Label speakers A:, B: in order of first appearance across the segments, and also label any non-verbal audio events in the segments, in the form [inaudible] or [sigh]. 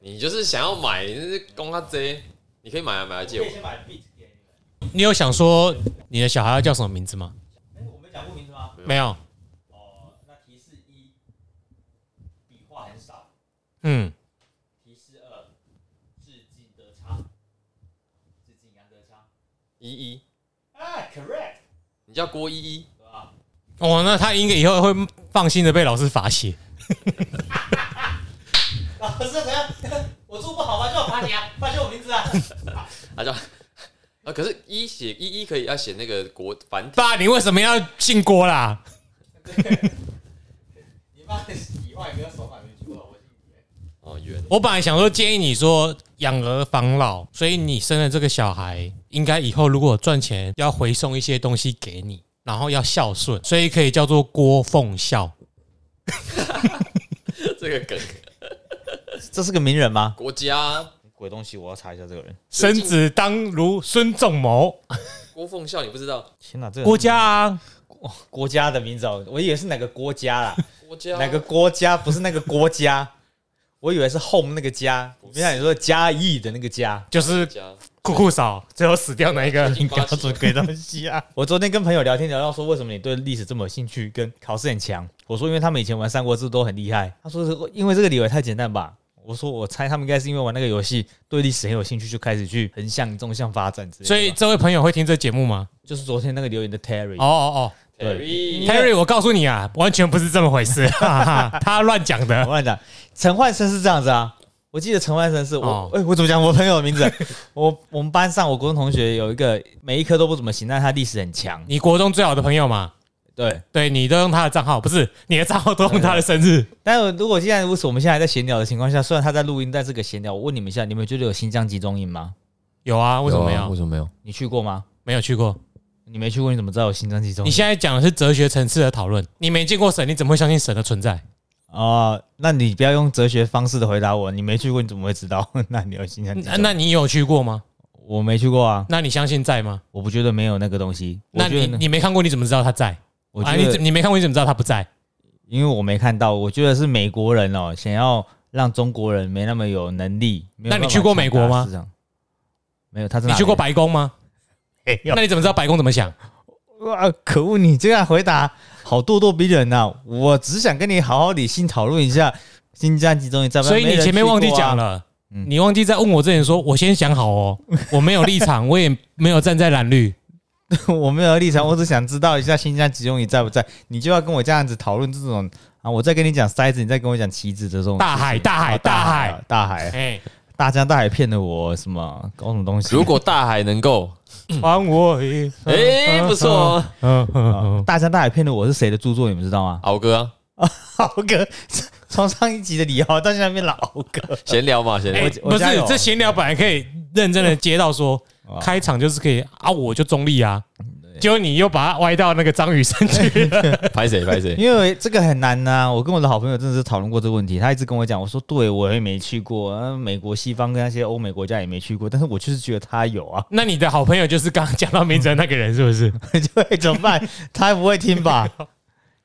A: 你就是想要买，你就是供他这，你可以买啊，买来借
B: 我哦
A: 我
B: 可以。先买 beat 给你们。
C: 你有想说你的小孩要叫什么名字吗？
B: 哎、我没讲过名字吗？
C: 没有，
B: 哦，那提示一，笔画很少；
C: 嗯，
B: 提示二，致敬德昌，致敬杨德昌。
A: 依依，
B: 啊，correct，
A: 你叫郭依依，
B: 对吧？
C: 哦，那他应该以后会放心的被老师罚写。 [laughs]
B: 老师怎样？我做不好吗？就要罚你啊！发现我名字啊！
A: 他叫啊，可是一写依依可以要写那个国繁体，
C: 爸，你为什么要姓郭啦？
B: 你妈的笔画也没有手法没去过，我姓袁。
A: 哦，圆
C: 我本来想说建议你说养儿防老，所以你生了这个小孩，应该以后如果赚钱要回送一些东西给你，然后要孝顺，所以可以叫做郭奉孝。
A: [laughs] 这个梗，
B: 这是个名人吗？
A: 国家
B: 鬼东西，我要查一下这个人。
C: 生子当如孙仲谋，
A: 郭奉孝，你不知道
B: 天哪，这
C: 郭家啊，
B: 国家的名字哦，我以为是哪个国家啦，
A: 国家
B: 哪个国家不是那个国 [laughs] 家，我以为是 home 那个家，没想到你说嘉义的那个家。
C: 就是
A: 国家
C: 酷酷嫂，最后死掉那一 [laughs] 个。
A: 应该是
C: 鬼东西啊！
B: 我昨天跟朋友聊天，聊到说为什么你对历史这么有兴趣，跟考试很强。我说因为他们以前玩三国志都很厉害。他说是因为这个理由也太简单吧。我说我猜他们应该是因为玩那个游戏对历史很有兴趣，就开始去横向纵向发展之类的吧。
C: 所以这位朋友会听这节目吗？
B: 就是昨天那个留言的 Terry，、
C: 哦哦
B: 对
A: Terry
C: 哦
B: 因为
C: [laughs] ，Terry，我告诉你啊，完全不是这么
B: [laughs]
C: 回事， [laughs] 哈哈他乱讲
B: 我
C: 的。
B: 跟你讲，陈焕生是这样子啊。我记得陈焕生是我，哎、
C: 哦
B: 我怎么讲我朋友的名字？我我们班上我国中同学有一个每一科都不怎么行，但他历史很强。
C: 你国中最好的朋友嘛，
B: 对，
C: 对你都用他的账号，不是你的账号都用他的
B: [laughs]
C: 生日。
B: 但我如果现在如此，我们现在还在闲聊的情况下，虽然他在录音，但是个闲聊。我问你们一下，你们觉得有新疆集中营吗？
C: 有啊，为什么没
A: 有啊
C: 有？
A: 什么没有？
B: 你去过吗？
C: 没有去过。
B: 你没去过，你怎么知道有新疆集中
C: 你
B: 营？
C: 现在讲的是哲学层次的讨论，你没见过神，你怎么会相信神的存在？
B: 啊、那你不要用哲学方式的回答我。你没去过，你怎么会知道？ [laughs] 那你有新疆集中
C: 那
B: 营？
C: 那你有去过吗？
B: 我没去过啊，
C: 那你相信在吗？
B: 我不觉得没有那个东西。我
C: 那
B: 觉
C: 你
B: 得呢，
C: 你没看过，你怎么知道他在？
B: 我觉
C: 啊，
B: 得、
C: 你怎你没看过，你怎么知道他不在？
B: 因为我没看到，我觉得是美国人哦，想要让中国人没那么有能力。没有
C: 那
B: 办
C: 你
B: 法
C: 去过美国吗
B: 抢大市场？没有，他是
C: 你
B: 哪
C: 去过
B: 里
C: 白宫吗？
B: 没有？
C: 那你怎么知道白宫怎么想？
B: 哇，可恶！你这样回答好咄咄逼人呐、我只想跟你好好理性讨论一下新疆集中营战犯。
C: 所以你前面忘记讲
B: 了，
C: 了，
B: 嗯
C: 你忘记在问我之前说，我先想好哦，我没有立场，我也没有站在蓝绿。
B: [laughs] 我没有立场，我只想知道一下新疆集中营在不在，你就要跟我这样子讨论这种啊！我在跟你讲筛子，你在跟我讲棋子的这种
C: 大海，大海，
B: 啊
C: 大海
B: 啊，大海，
C: 哎，
B: 大江大海骗了我什么搞什么东西？
A: 如果大海
B: [laughs]
A: 能够，
C: 还我一，
B: 嗯
A: 哎，不错，哦，
C: 嗯嗯
B: 啊
C: 嗯，
B: 大江大海骗了我是谁的著作，你们知道
C: [laughs]
B: 吗？
A: 敖哥啊，
B: 豪哥，从上一集的李敖到现在变老豪哥，
A: 闲聊嘛，闲
C: 哎
A: 聊。
B: 我
C: 不是
B: 家有
C: 这闲聊本来可以认真的接到说
B: 哦，
C: 开场就是可以啊，我就中立啊，结果你又把它歪到那个张雨生去了，
A: 拍谁
B: [laughs]
A: 拍谁？
B: 因为这个很难呐、我跟我的好朋友真的是讨论过这个问题，他一直跟我讲，我说对我也没去过，啊美国西方跟那些欧美国家也没去过，但是我就是觉得他有啊， [laughs]
C: 那你的好朋友就是刚刚讲到名字的那个人，是不是？
B: 就会怎么办？
C: [laughs]
B: 他不会听吧？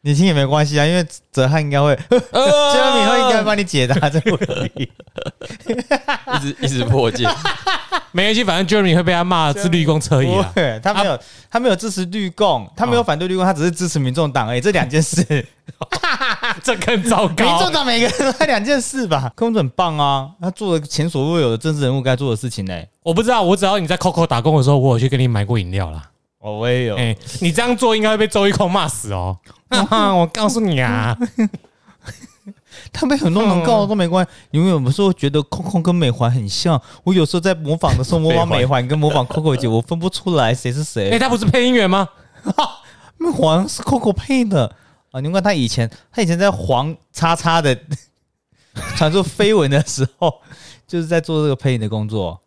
B: 你听也没关系啊，因为泽汉应该
C: [laughs]
B: 会，
A: 呃
C: 啊
B: [laughs] 杰
A: 杰
B: 米会应该会帮你解答这个问题。
A: 一直一直
B: [laughs]
A: 破戒，
C: 没关系，反正 Jeremy 会被他骂是绿公车椅
B: 不
C: 啊。
B: 会，他没有，他没有支持绿共，他没有反对绿共，他只是支持民众党而已，这两件事。
C: 这更糟
B: 民
C: 糕
B: 众。党每个人都在两件事 [laughs] 吧，柯文哲很棒啊，他做了前所未有的政治人物该做的事情呢、
C: 我不知道，我只要你在 Coco 打工的时候，我有去给你买过饮料啦。
B: 哦，我也有
C: 哎、你这样做应该会被周一空骂死哦。哈哈， [laughs] 我告诉
B: [laughs]
C: 你啊，
B: 他们很多能告都没关系。你们有时候觉得 Coco 跟美环很像，我有时候在模仿的时候模仿 [laughs] 美环跟模仿 Coco 姐，我分不出来谁是 [laughs]
C: 哎、
B: 谁。
C: 他不是配音员吗？
B: 美环是 Coco 配的啊，你们看他以前，他以前在黄叉叉的 [laughs] 传出绯闻的时候，就是在做这个配音的工作。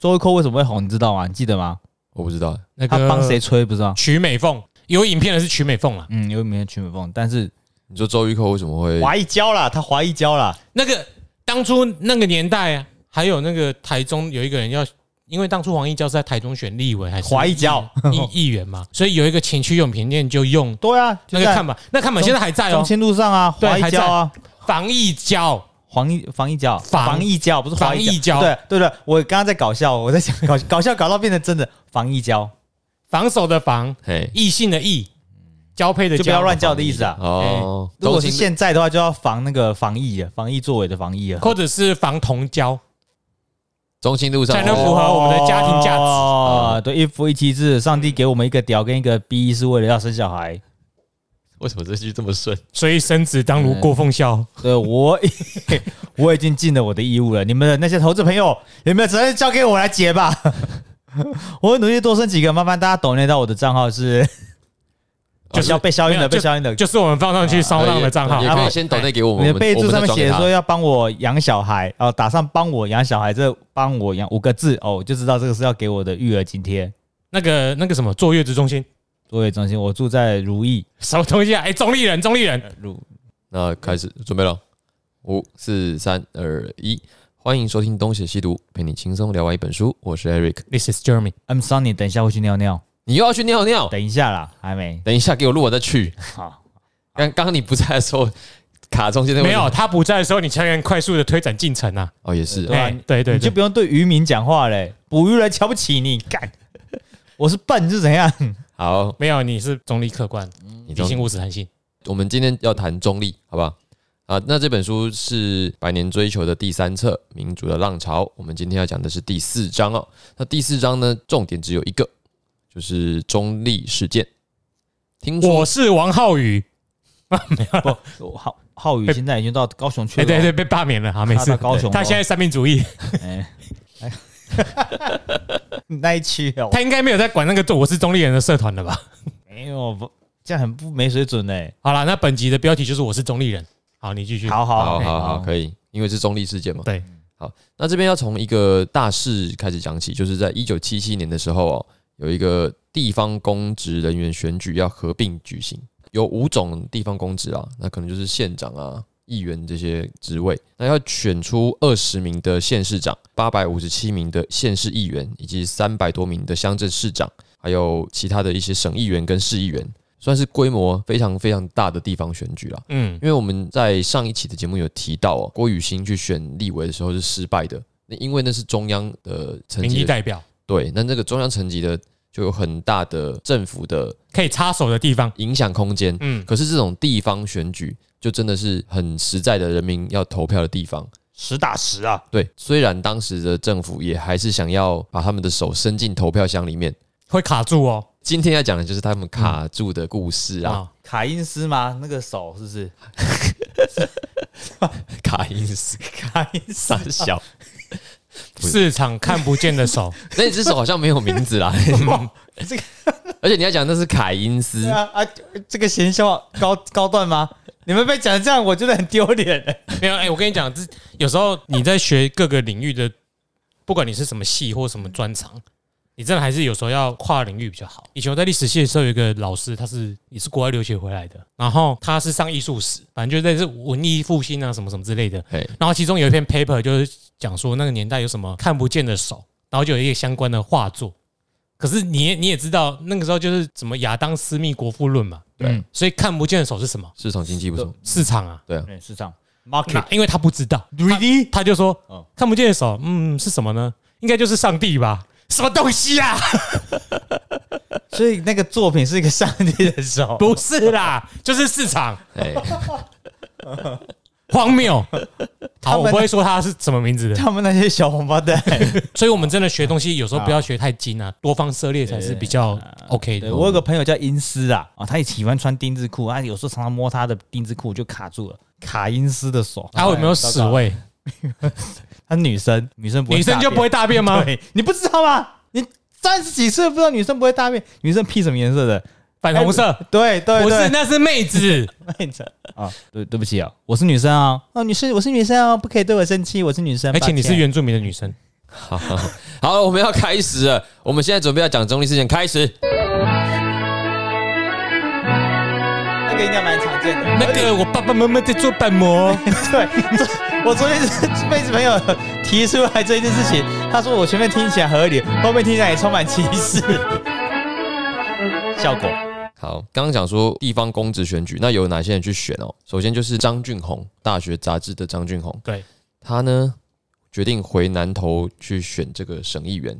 B: 周一蔻为什么会红，你知道吗？你记得吗？
A: 我不知道。
C: 那
B: 他
C: 个
B: 帮谁？吹不知道？
C: 曲美凤有影片的是曲美凤啊啦。
B: 嗯，有名的曲美凤，但是
A: 你说周玉蔻为什么会？
B: 华裔交啦，他华裔交啦。
C: 那个当初那个年代啊，还有那个台中有一个人要，因为当初黄义交是在台中选立委还哎是
B: 华义交
C: 议
B: [laughs]
C: 议员嘛，所以有一个情趣用品店就用
B: 对啊，
C: 那个看板，那看板现在还在
B: 中
C: 哦，
B: 心路上啊，
C: 对
B: 华裔交啊，
C: 防疫胶，
B: 黄一防一角，
C: 防
B: 防一胶不是
C: 防
B: 华一
C: 疫胶
B: 对对对，我刚刚在搞笑，我在
C: [laughs]
B: 想搞搞笑搞到变成真的防一胶，
C: 防守的防，
A: 嘿，
C: 异性的异，交配的
B: 嗯就
C: 交，
B: 不要乱叫的意思啊。
A: 哦，
B: 如果是
A: 东京
B: 现在的话，就要防那个防疫啊，防疫作为的防疫啊，
C: 或者是防同交，
A: 中心路上
C: 才能符合我们的家庭价值
B: 哦，对，一夫一妻制，上帝给我们一个屌跟一个逼，是为了要生小孩。
A: 为什么这句这么顺？
C: 所以生子当如
A: 嗯
C: 郭奉孝。
B: 对我，我已经尽了我的义务了。你们的那些投资朋友，你们的责任交给我来解吧。 [laughs] 我会努力多生几个，麻烦大家抖内到我的账号是，哦
C: 就是
B: 要被消音
C: 没
B: 的，
C: 有
B: 被消音的。
C: 就是我们放上去骚哦浪的账号
A: 也，
B: 啊
A: 可以先抖内给我们。
B: 你的
A: 我们
B: 备注上面写说
A: 我们再转给
B: 要帮我养小孩，哦，打上帮我养小孩这帮我养五个字，哦，我就知道这个是要给我的育儿津贴。
C: 那个那个什么坐月子中心，
B: 作业中心，我住在如意，
C: 什么东西啊？哎，中立人，中立人，
B: 如
A: 他那开始准备了，五四三二一，欢迎收听《东邪西毒》，陪你轻松聊完一本书。我是 Eric，
C: This is Jeremy。
B: I'm Sunny，等一下会去尿尿，
A: 你又要去尿尿，
B: 等一下啦，还没。
A: 等一下给我录完再去。
B: 好，
A: 刚刚刚你不在的时候，卡中间那个
C: 没有他不在的时候，你才能快速的推展进程啊！
A: 哦，也是
B: 对啊
C: 哎对对
B: 你就
C: 对，
B: 不用对渔民讲话嘞，捕鱼人瞧不起你，干， [laughs] 我是笨是怎样？
A: 好。
C: 没有你是中立客观，
A: 你
C: 理
A: 中
C: 性务实弹性。
A: 我们今天要谈中立，好不好？啊，那这本书是《百年追求》的第三册《民主的浪潮》，我们今天要讲的是第四章哦。那第四章呢，重点只有一个，就是中立事件。听说
C: 我是王浩宇，
B: 不， [laughs] 浩浩宇现在已经到高雄去
C: 哎
B: 了，
C: 对对，被罢免了，好没
B: 他
C: 事
B: 到。高雄了，
C: 他现在三民主义，
B: 哎，哎那一区哦，
C: 他应该没有在管那个我是中立人的社团了吧？ [laughs]
B: 没有不，这样很不没水准嘞。
C: 好了，那本集的标题就是我是中立人。好，你继续。
B: 好哎好
A: 好好好，可以，因为是中立事件嘛。
C: 对，
A: 那这边要从一个大事开始讲起，就是在一九七七年的时候哦，有一个地方公职人员选举要合并举行，有五种地方公职啊，那可能就是县长啊、议员这些职位，那要选出二十名的县市长、八百五十七名的县市议员，以及三百多名的乡镇市长，还有其他的一些省议员跟市议员，算是规模非常非常大的地方选举啦。
C: 嗯，
A: 因为我们在上一期的节目有提到哦，郭雨欣去选立委的时候是失败的，那因为那是中央的层
C: 民意
A: 级的，
C: 代表
A: 对，那这个中央层级的就有很大的政府的
C: 可以插手的地方。
A: 影响空间。
C: 嗯，
A: 可是这种地方选举就真的是很实在的人民要投票的地方，
B: 实打实啊，
A: 对。虽然当时的政府也还是想要把他们的手伸进投票箱里面。
C: 会卡住哦。
A: 今天要讲的就是他们卡住的故事啊，
C: 啊，
B: 卡因斯吗？那个手是不是？
A: 卡因
B: [laughs]
A: 斯
B: 卡因斯啊
A: 三小，
C: 市场看不见的手，
A: 那只手好像没有名
B: [laughs]
A: 字啦。
B: 这个
A: [laughs] 而且你要讲那是凯因斯，
B: 啊啊，这个嫌笑高高段吗？你们被讲这样，我觉得很丢脸欸
C: 没有，哎、我跟你讲，这有时候你在学各个领域的，不管你是什么系或什么专长，你真的还是有时候要跨领域比较好。以前我在历史系的时候，有一个老师，他是也是国外留学回来的，然后他是上艺术史，反正就在这文艺复兴啊，什么什么之类的。
A: 嘿，
C: 然后其中有一篇 paper 就是讲说那个年代有什么看不见的手，然后就有一个相关的画作。可是你也你也知道，那个时候就是怎么亚当斯密国富论嘛，
A: 对
B: 嗯
C: 所以看不见的手是什么？
A: 市场经济不错，
C: 市场啊，
B: 对，哎市场
C: 那
B: market
C: 因为他不知道，
B: really
C: 他就说、
B: 哦
C: 看不见的手，嗯，是什么呢？应该就是上帝吧？什么东西啊？ [laughs]
B: 所以那个作品是一个上帝的手，
C: 不是啦，就是市场
A: 哎，
C: 荒谬。
B: 他
C: 好，
B: 们
C: 我不会说他是什么名字的。
B: 他们那些小王八蛋。
C: 所以，我们真的学东西有时候不要学太精啊，多方涉猎才是比较 OK
B: 对
C: 的。
B: 我有个朋友叫阴丝啊，啊，他也喜欢穿丁字裤，啊，有时候常常摸他的丁字裤就卡住了，卡阴丝的手。
C: 他有没有屎味？
B: 她是女生，女生不会
C: 女生就不会大便吗？
B: 对，你不知道吗？你三十几岁不知道女生不会大便，女生屁什么颜色的？
C: 粉红色？
B: 对哎对
C: 不是，
B: 对，
C: 那是妹
B: [laughs]
C: 子。
B: 妹子啊，对对不起啊，我是女生啊，哦，女生我是女生啊，不可以对我生气，我是女生，
C: 而且你
B: 抱
C: 是
B: 歉
C: 原住民的女生。
A: 好，好好好，我们要开始了，我们现在准备要讲中立事件，开始。
B: 那个应该蛮常见的，
C: 那个我爸爸妈妈在做板模，
B: [laughs] 对，昨我昨天是妹子朋友提出来这件事情，他说我前面听起来合理，后面听起来也充满歧视，效果
A: 好，刚刚讲说地方公职选举，那有哪些人去选哦？首先就是张俊宏，大学杂志的张俊宏，
C: 对
A: 他呢决定回南投去选这个省议员。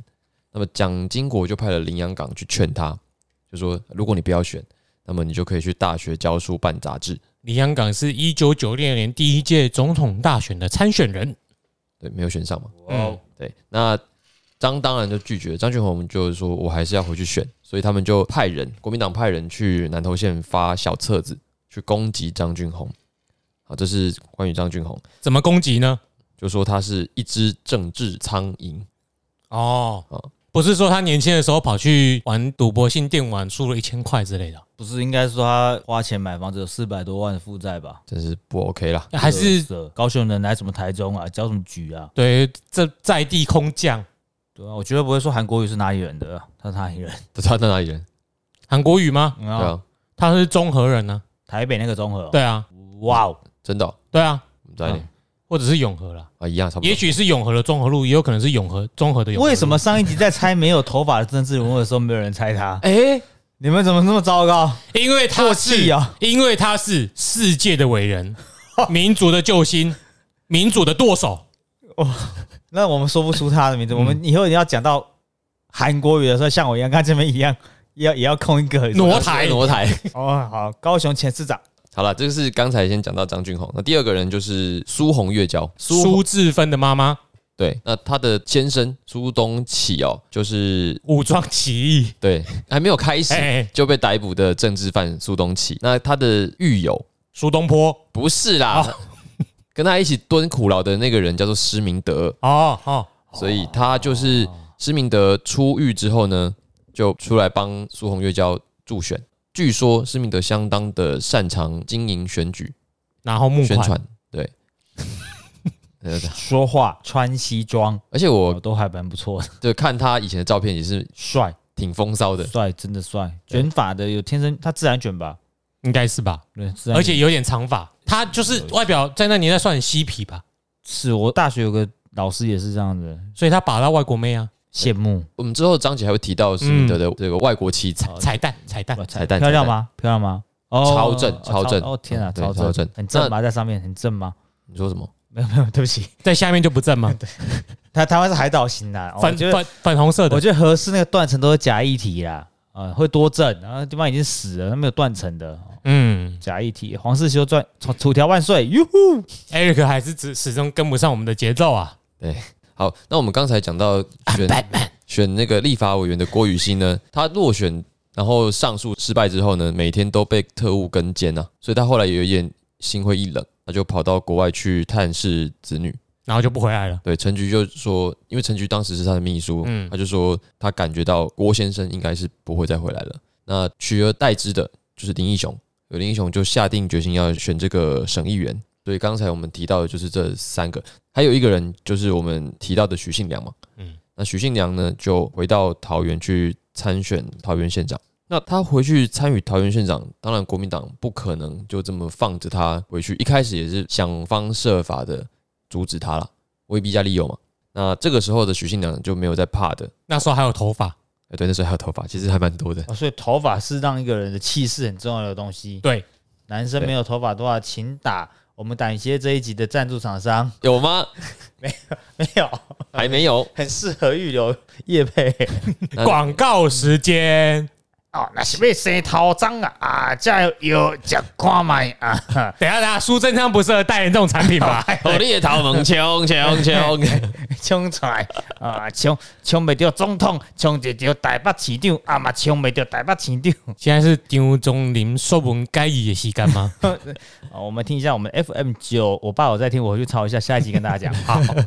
A: 那么蒋经国就派了林洋港去劝他，就说如果你不要选，那么你就可以去大学教书办杂志。
C: 李香港是一九九六年第一届总统大选的参选人，
A: 对，没有选上嘛？
B: 哦
C: 嗯，
A: 对，那张当然就拒绝，张俊宏就是说我还是要回去选，所以他们就派人，国民党派人去南投县发小册子去攻击张俊宏。好，这是关于张俊宏，
C: 怎么攻击呢？
A: 就说他是一只政治苍蝇。
C: 哦
A: 哦，
C: 不是说他年轻的时候跑去玩赌博性电玩，输了一千块之类的，啊
B: 不是应该说他花钱买房子有四百多万的负债吧？
A: 真是不 OK 啦。 [laughs]
C: 还是
B: 是高雄人来什么台中啊，交什么局啊？
C: 对这在地空降。
B: 对啊，我绝对不会说韩国瑜是哪里人的，啊他是哪里人？
A: 他在哪里人？
C: 韩国语吗？
B: 嗯
A: 对
B: 啊，
A: 啊，
C: 他是中和人呢、
B: 台北那个综合，
C: 对啊，
B: 哇哦，
A: 真的哦、
C: 对啊，
A: 我们在哪里
C: 或者是永和啦，
A: 啊？一样差不多。
C: 也许是永和的综合路，也有可能是永和综合的永和路。
B: 为什么上一集在猜没有头发的政治人物的时候，没有人猜他？ [laughs]
A: 哎、
B: 你们怎么那么糟糕？
C: 因为他
B: 过
C: 是
B: 气啊！
C: 因为他是世界的伟人，民族的救星，民主的舵手。
B: 那我们说不出他的名字，我们以后一定要讲到韩国语的时候，像我一样，跟这边一样，也要也要空一个
C: 挪
A: [laughs]
C: 台
A: 挪台。
B: 哦。好，高雄前市长
A: 好了，这个是刚才先讲到张俊宏，那第二个人就是苏红月娇，
C: 苏志芬的妈妈
A: 对，那他的先生苏东启哦，就是
C: 武装起义，
A: 对还没有开始
C: 哎，哎
A: 就被逮捕的政治犯苏东启，那他的狱友
C: 苏东坡。
A: 不是啦，
C: 哦
A: [laughs] 跟他一起蹲苦牢的那个人叫做施明德，
C: 哦哦，
A: 所以他就是施明德出狱之后呢，就出来帮苏红月娇助选。据说施明德相当的擅长经营选举
C: 然后募
A: 宣
C: 款
A: 传，
C: [laughs]
A: 对。呃
B: 说话穿西装，
A: 而且
B: 我
A: 我
B: 都还蛮不错的，
A: 就看他以前的照片也是
B: [laughs] 帅
A: 挺风骚的，
B: 帅，真的帅。卷发的有天生，他自然卷吧？
C: 应该是吧？
B: 对，自然卷
C: 而且有点长发，他就是外表在那年代算很嬉皮吧，
B: 是我大学有个老师也是这样子，
C: 所以他把到外国妹啊，
B: 羡慕。
A: 我们之后章节还会提到施明德的
C: 嗯
A: 这个外国妻子，
B: 哦
C: 彩蛋彩蛋，
A: 彩蛋
B: 漂亮吗？漂亮吗？哦
A: 超正
B: 哦
A: 超正
B: 哦天啊，
A: 嗯对
B: 超
A: 超
B: 正
A: 正，
B: 很正吗？在上面很正吗？
A: 你说什么？
B: 没有没有，对不起，
C: 在下面就不正吗？
B: 他台湾是海岛型的，啊我
C: 粉
B: 觉得
C: 粉粉红色
B: 我
C: 的，
B: 觉得合适那个断层都是假议题啦，啊，会多正，然后对方已经死了，他没有断层的哦
C: 嗯
B: 假议题。黄世修传楚楚条万岁，哟呼，
C: ，Eric 还是只始终跟不上我们的节奏啊。
A: 好，那我们刚才讲到选选那个立法委员的郭雨欣呢，他落选，然后上诉失败之后呢，每天都被特务跟监啊，所以他后来有一点心灰意冷，他就跑到国外去探视子女。
C: 然后就不回来了。
A: 对，陈菊就说，因为陈菊当时是他的秘书，
C: 嗯
A: 他就说他感觉到郭先生应该是不会再回来了。那取而代之的就是林义雄，有林义雄就下定决心要选这个省议员。所以刚才我们提到的就是这三个，还有一个人就是我们提到的许信良嘛。嗯
C: 嗯，
A: 那许信良呢就回到桃园去参选桃园县长。那他回去参与桃园县长，当然国民党不可能就这么放着他回去，一开始也是想方设法的阻止他啦。威逼加利诱嘛。那这个时候的许信良就没有在怕的，
C: 那时候还有头发，
A: 哎，对，那时候还有头发，其实还蛮多的。
B: 哦所以头发是让一个人的气势很重要的东西。
C: 对，
B: 男生
A: 对
B: 没有头发的话，请打我们感谢这一集的赞助厂商，
A: [laughs] 有吗？
B: [laughs] 没有，
A: 还没 [laughs] 有。
B: 很适合预留叶配。呃
A: 那
C: 广告时间。
B: [laughs] 哦，那是要生头脏啊啊，才有食看卖啊。
C: 等一下，等一下，苏贞昌不适合代言这种产品吧？
B: 哎
A: 火烈桃萌冲冲冲！
B: [laughs] 冲出来啊！冲冲袂到总统，冲得到台北市长，啊嘛冲袂到台北市长。
C: 现在是张忠林说文该伊的时间
B: [laughs]
C: 吗？
B: 啊，我们听一下我们 FM 九，我爸我在听，我回去抄一下，下一集跟大
A: [laughs]
B: 家讲。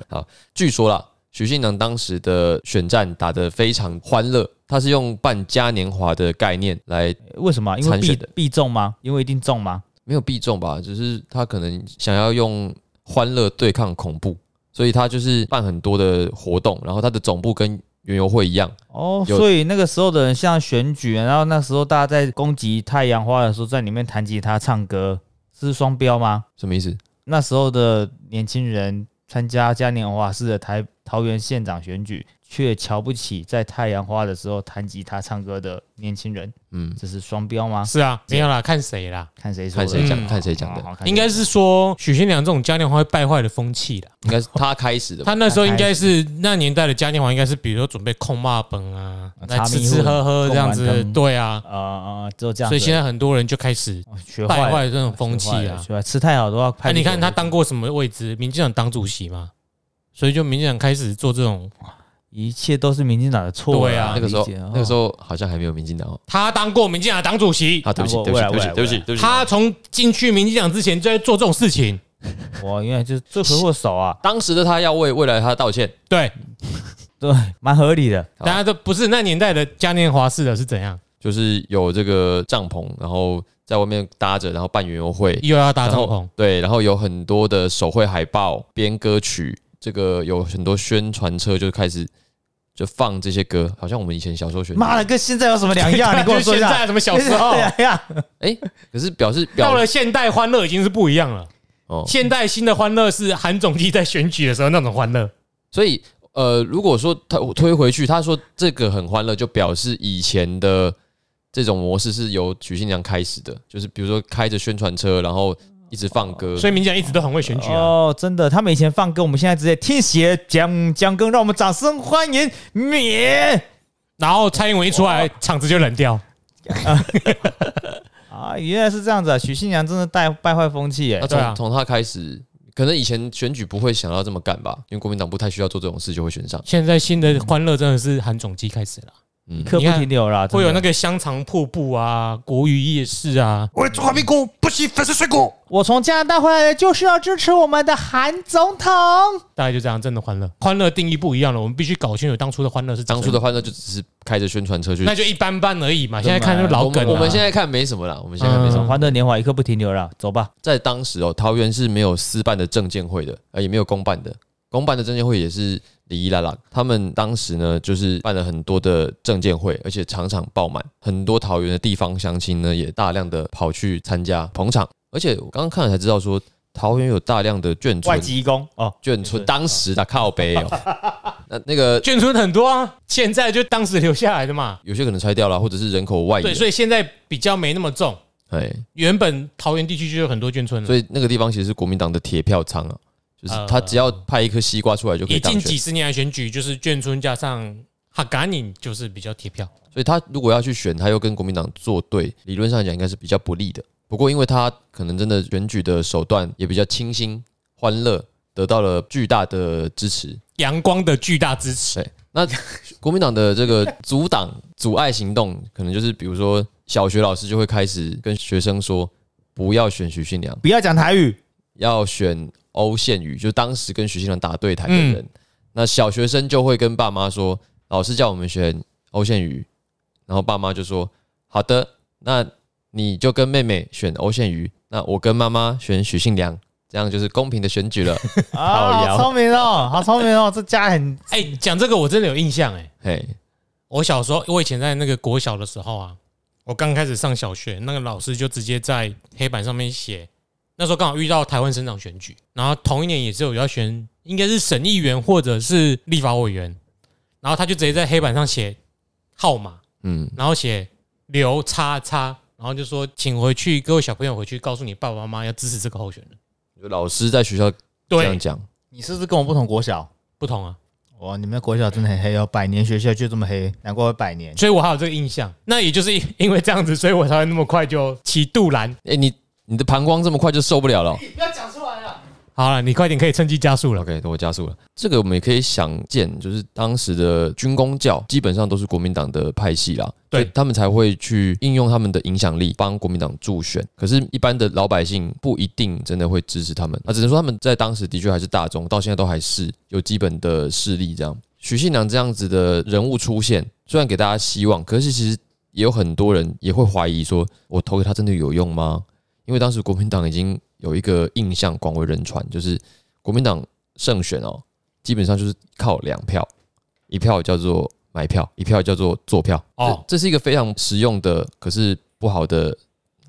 B: 好，
A: [laughs] 据说啦，许信良当时的选战打得非常欢乐，他是用办嘉年华的概念来，
B: 为什么？啊因为
A: 参选
B: 必
A: 的
B: 必中吗？因为一定中吗？
A: 没有必中吧，只是他可能想要用欢乐对抗恐怖，所以他就是办很多的活动，然后他的总部跟园游会一样，
B: 哦，
A: 有
B: 所以那个时候的人像选举，然后那时候大家在攻击太阳花的时候，在里面弹吉他唱歌，是双标吗？
A: 什么意思？
B: 那时候的年轻人参加嘉年华式的台桃园县长选举，却瞧不起在太阳花的时候弹吉他唱歌的年轻人，
A: 嗯，
B: 这是双标吗？
C: 是啊，没有啦，看谁啦，
B: 看谁说
A: 看
B: 的？
A: 谁讲
C: 嗯
A: 看谁讲的，
B: 好看
C: 应该是说许新良这种嘉年华会败坏了风气啦。
A: 应该是他开始 [laughs] 的吧。
C: 他那时候应该是那年代的嘉年华，应该是比如说准备控骂本啊，
B: 啊
C: 来
B: 茶
C: 吃
B: 迷
C: 吃
B: 会
C: 喝喝这样
B: 控完
C: 子
B: 灯，
C: 对啊，
B: 呃呃，只有这样
C: 所
B: 子。
C: 以现在很多人就开始
B: 哦学
C: 败
B: 坏了
C: 坏这种风气
B: 学坏了
C: 啊。
B: 学坏吃太好都要
C: 哎、
B: 拍。
C: 你看他当过什么位置？民进党党主席嘛，所以就民进党开始做这种，
B: 一切都是民进党的错
C: 对啊
A: 那个时候，那个时
B: 候
A: 候好像还没有民进党哦。
C: 他当过民进党党主席，
A: 啊，对不起，
B: 当
A: 对
B: 过
A: 不
B: 未
A: 起，
B: 来
A: 对不起，
B: 未来
A: 对不起，对不起。
C: 他从进去民进党之前就在做这种事情，
B: 我原来就是罪魁祸首啊，
A: 当时的他要为未来他道歉，
C: 对，
B: 对，蛮合理的。
A: 好
C: 大家都不是那年代的嘉年华式的是怎样，
A: 就是有这个帐篷，然后在外面搭着，然后办园游会，
C: 又要搭
A: 然
C: 帐
A: 后
C: 篷，
A: 对，然后有很多的手绘海报、编歌曲，这个有很多宣传车就开始就放这些歌，好像我们以前小时候学。
B: 妈的，跟现在有什么两样？
C: [laughs]
B: 你跟我说一
C: 现
B: 下
C: 在。什么小时
B: [laughs]
C: 候
B: 对。啊呀呀，
A: 哎，可是表示
C: 到
A: 表
C: 了现代欢乐已经是不一样了。
A: 哦，
C: 现代新的欢乐是韩总机在选举的时候那种欢乐，
A: 所以呃，如果说他我推回去，他说这个很欢乐，就表示以前的这种模式是由许新良开始的，就是比如说开着宣传车，然后一直放歌，
C: 所以民进党一直都很会选举啊。
B: 哦，真的，他们以前放歌，我们现在直接听写讲讲更，让我们掌声欢迎免。
C: 然后蔡英文一出来，场子就冷掉。
B: 啊，原来是这样子啊！许新良真的带败坏风气耶、
A: 那
C: 对啊
A: 从从他开始，可能以前选举不会想到这么干吧，因为国民党不太需要做这种事就会选上。
C: 现在新的欢乐真的是韩总机开始了，
A: 嗯，
B: 刻不停留啦，
C: 会有那
B: 个
C: 个香肠瀑布啊，国语夜市啊，
D: 我的中华民国不惜粉身碎骨。
B: 我从加拿大回来的，就是要支持我们的韩总统。
C: 大概就这样，真的欢乐。欢乐定义不一样了，我们必须搞清楚当初的欢乐是怎
A: 当
C: 样
A: 初的欢乐就只是开着宣传车去
C: 那就一般般而已嘛。现在看就老
A: 我
C: 梗啊
A: 们
C: 了。
A: 我们现在看没什么啦，我们现在
C: 嗯
A: 看没什么。
B: 欢乐年华一刻不停留啦，走吧。
A: 在当时哦，桃园是没有私办的证监会的，呃，也没有公办的。公办的证监会也是李一拉拉，他们当时呢就是办了很多的证监会，而且场场爆满，很多桃园的地方乡亲呢也大量的跑去参加捧场。而且我刚刚看了才知道说，桃园有大量的眷
B: 外
A: 村，
B: 籍工哦，
A: 眷村当时的靠北哦， [laughs] 那那个
C: 眷村很多啊，现在就当时留下来的嘛。
A: 有些可能拆掉了，或者是人口外移
C: 对，，所以嗯现在比较没那么重。
A: 哎，
C: 原本桃园地区就有很多眷村了，
A: 所以那个地方其实是国民党的铁票仓啊，就是他
C: 呃
A: 只要派一颗西瓜出来就可以
C: 以
A: 当
C: 近
A: 选
C: 几。十年来选举，就是眷村加上哈嘎宁，就是比较铁票。
A: 所以他如果要去选，他又跟国民党作对，理论上来讲应该是比较不利的。不过因为他可能真的选举的手段也比较清新欢乐，得到了巨大的支持。
C: 阳光的巨大支持，
A: 对，那国民党的这个阻挡阻碍行动，可能就是比如说小学老师就会开始跟学生说，不要选徐信良。
B: 不要讲台语，
A: 要选欧宪宇，就当时跟许信良打对台的人。那小学生就会跟爸妈说，老师叫我们选欧宪宇，然后爸妈就说好的，那你就跟妹妹选欧宪宇，那我跟妈妈选许信良，这样就是公平的选举了。
B: 啊，
A: 靠腰
B: 好聪明哦，好聪明哦，这家很
C: 哎、讲这个我真的有印象哎、
A: 嘿，
C: 我小时候，我以前在那个国小的时候啊，我刚开始上小学，那个老师就直接在黑板上面写，那时候刚好遇到台湾省长选举，然后同一年也是有要选，应该是省议员或者是立法委员，然后他就直接在黑板上写号码，
A: 嗯，
C: 然后写刘叉叉，然后就说请回去各位小朋友回去告诉你爸爸妈妈要支持这个候选人。
A: 就老师在学校这样
C: 对，
A: 讲，
B: 你是不是跟我不同国小？
C: 不同啊，
B: 哇，你们的国小真的很黑哦，百年学校就这么黑，难怪会百年。
C: 所以我还有这个印象。那也就是因因为这样子，所以我才会那么快就起杜兰。
A: 哎、你你的膀胱这么快就受不了了哦。
C: 好了，你快点可以趁机加速了。
A: OK，我加速了。这个我们也可以想见，就是当时的军工教基本上都是国民党的派系啦，
C: 对
A: 所以他们才会去应用他们的影响力帮国民党助选。可是，一般的老百姓不一定真的会支持他们，啊那只能说他们在当时的确还是大众，到现在都还是有基本的势力这样。许信良这样子的人物出现，虽然给大家希望，可是其实也有很多人也会怀疑说，我投给他真的有用吗？因为当时国民党已经有一个印象广为人传，就是国民党胜选哦，基本上就是靠两票，一票叫做买票，一票叫做做票。
C: 哦
A: 这，这是一个非常实用的，可是不好的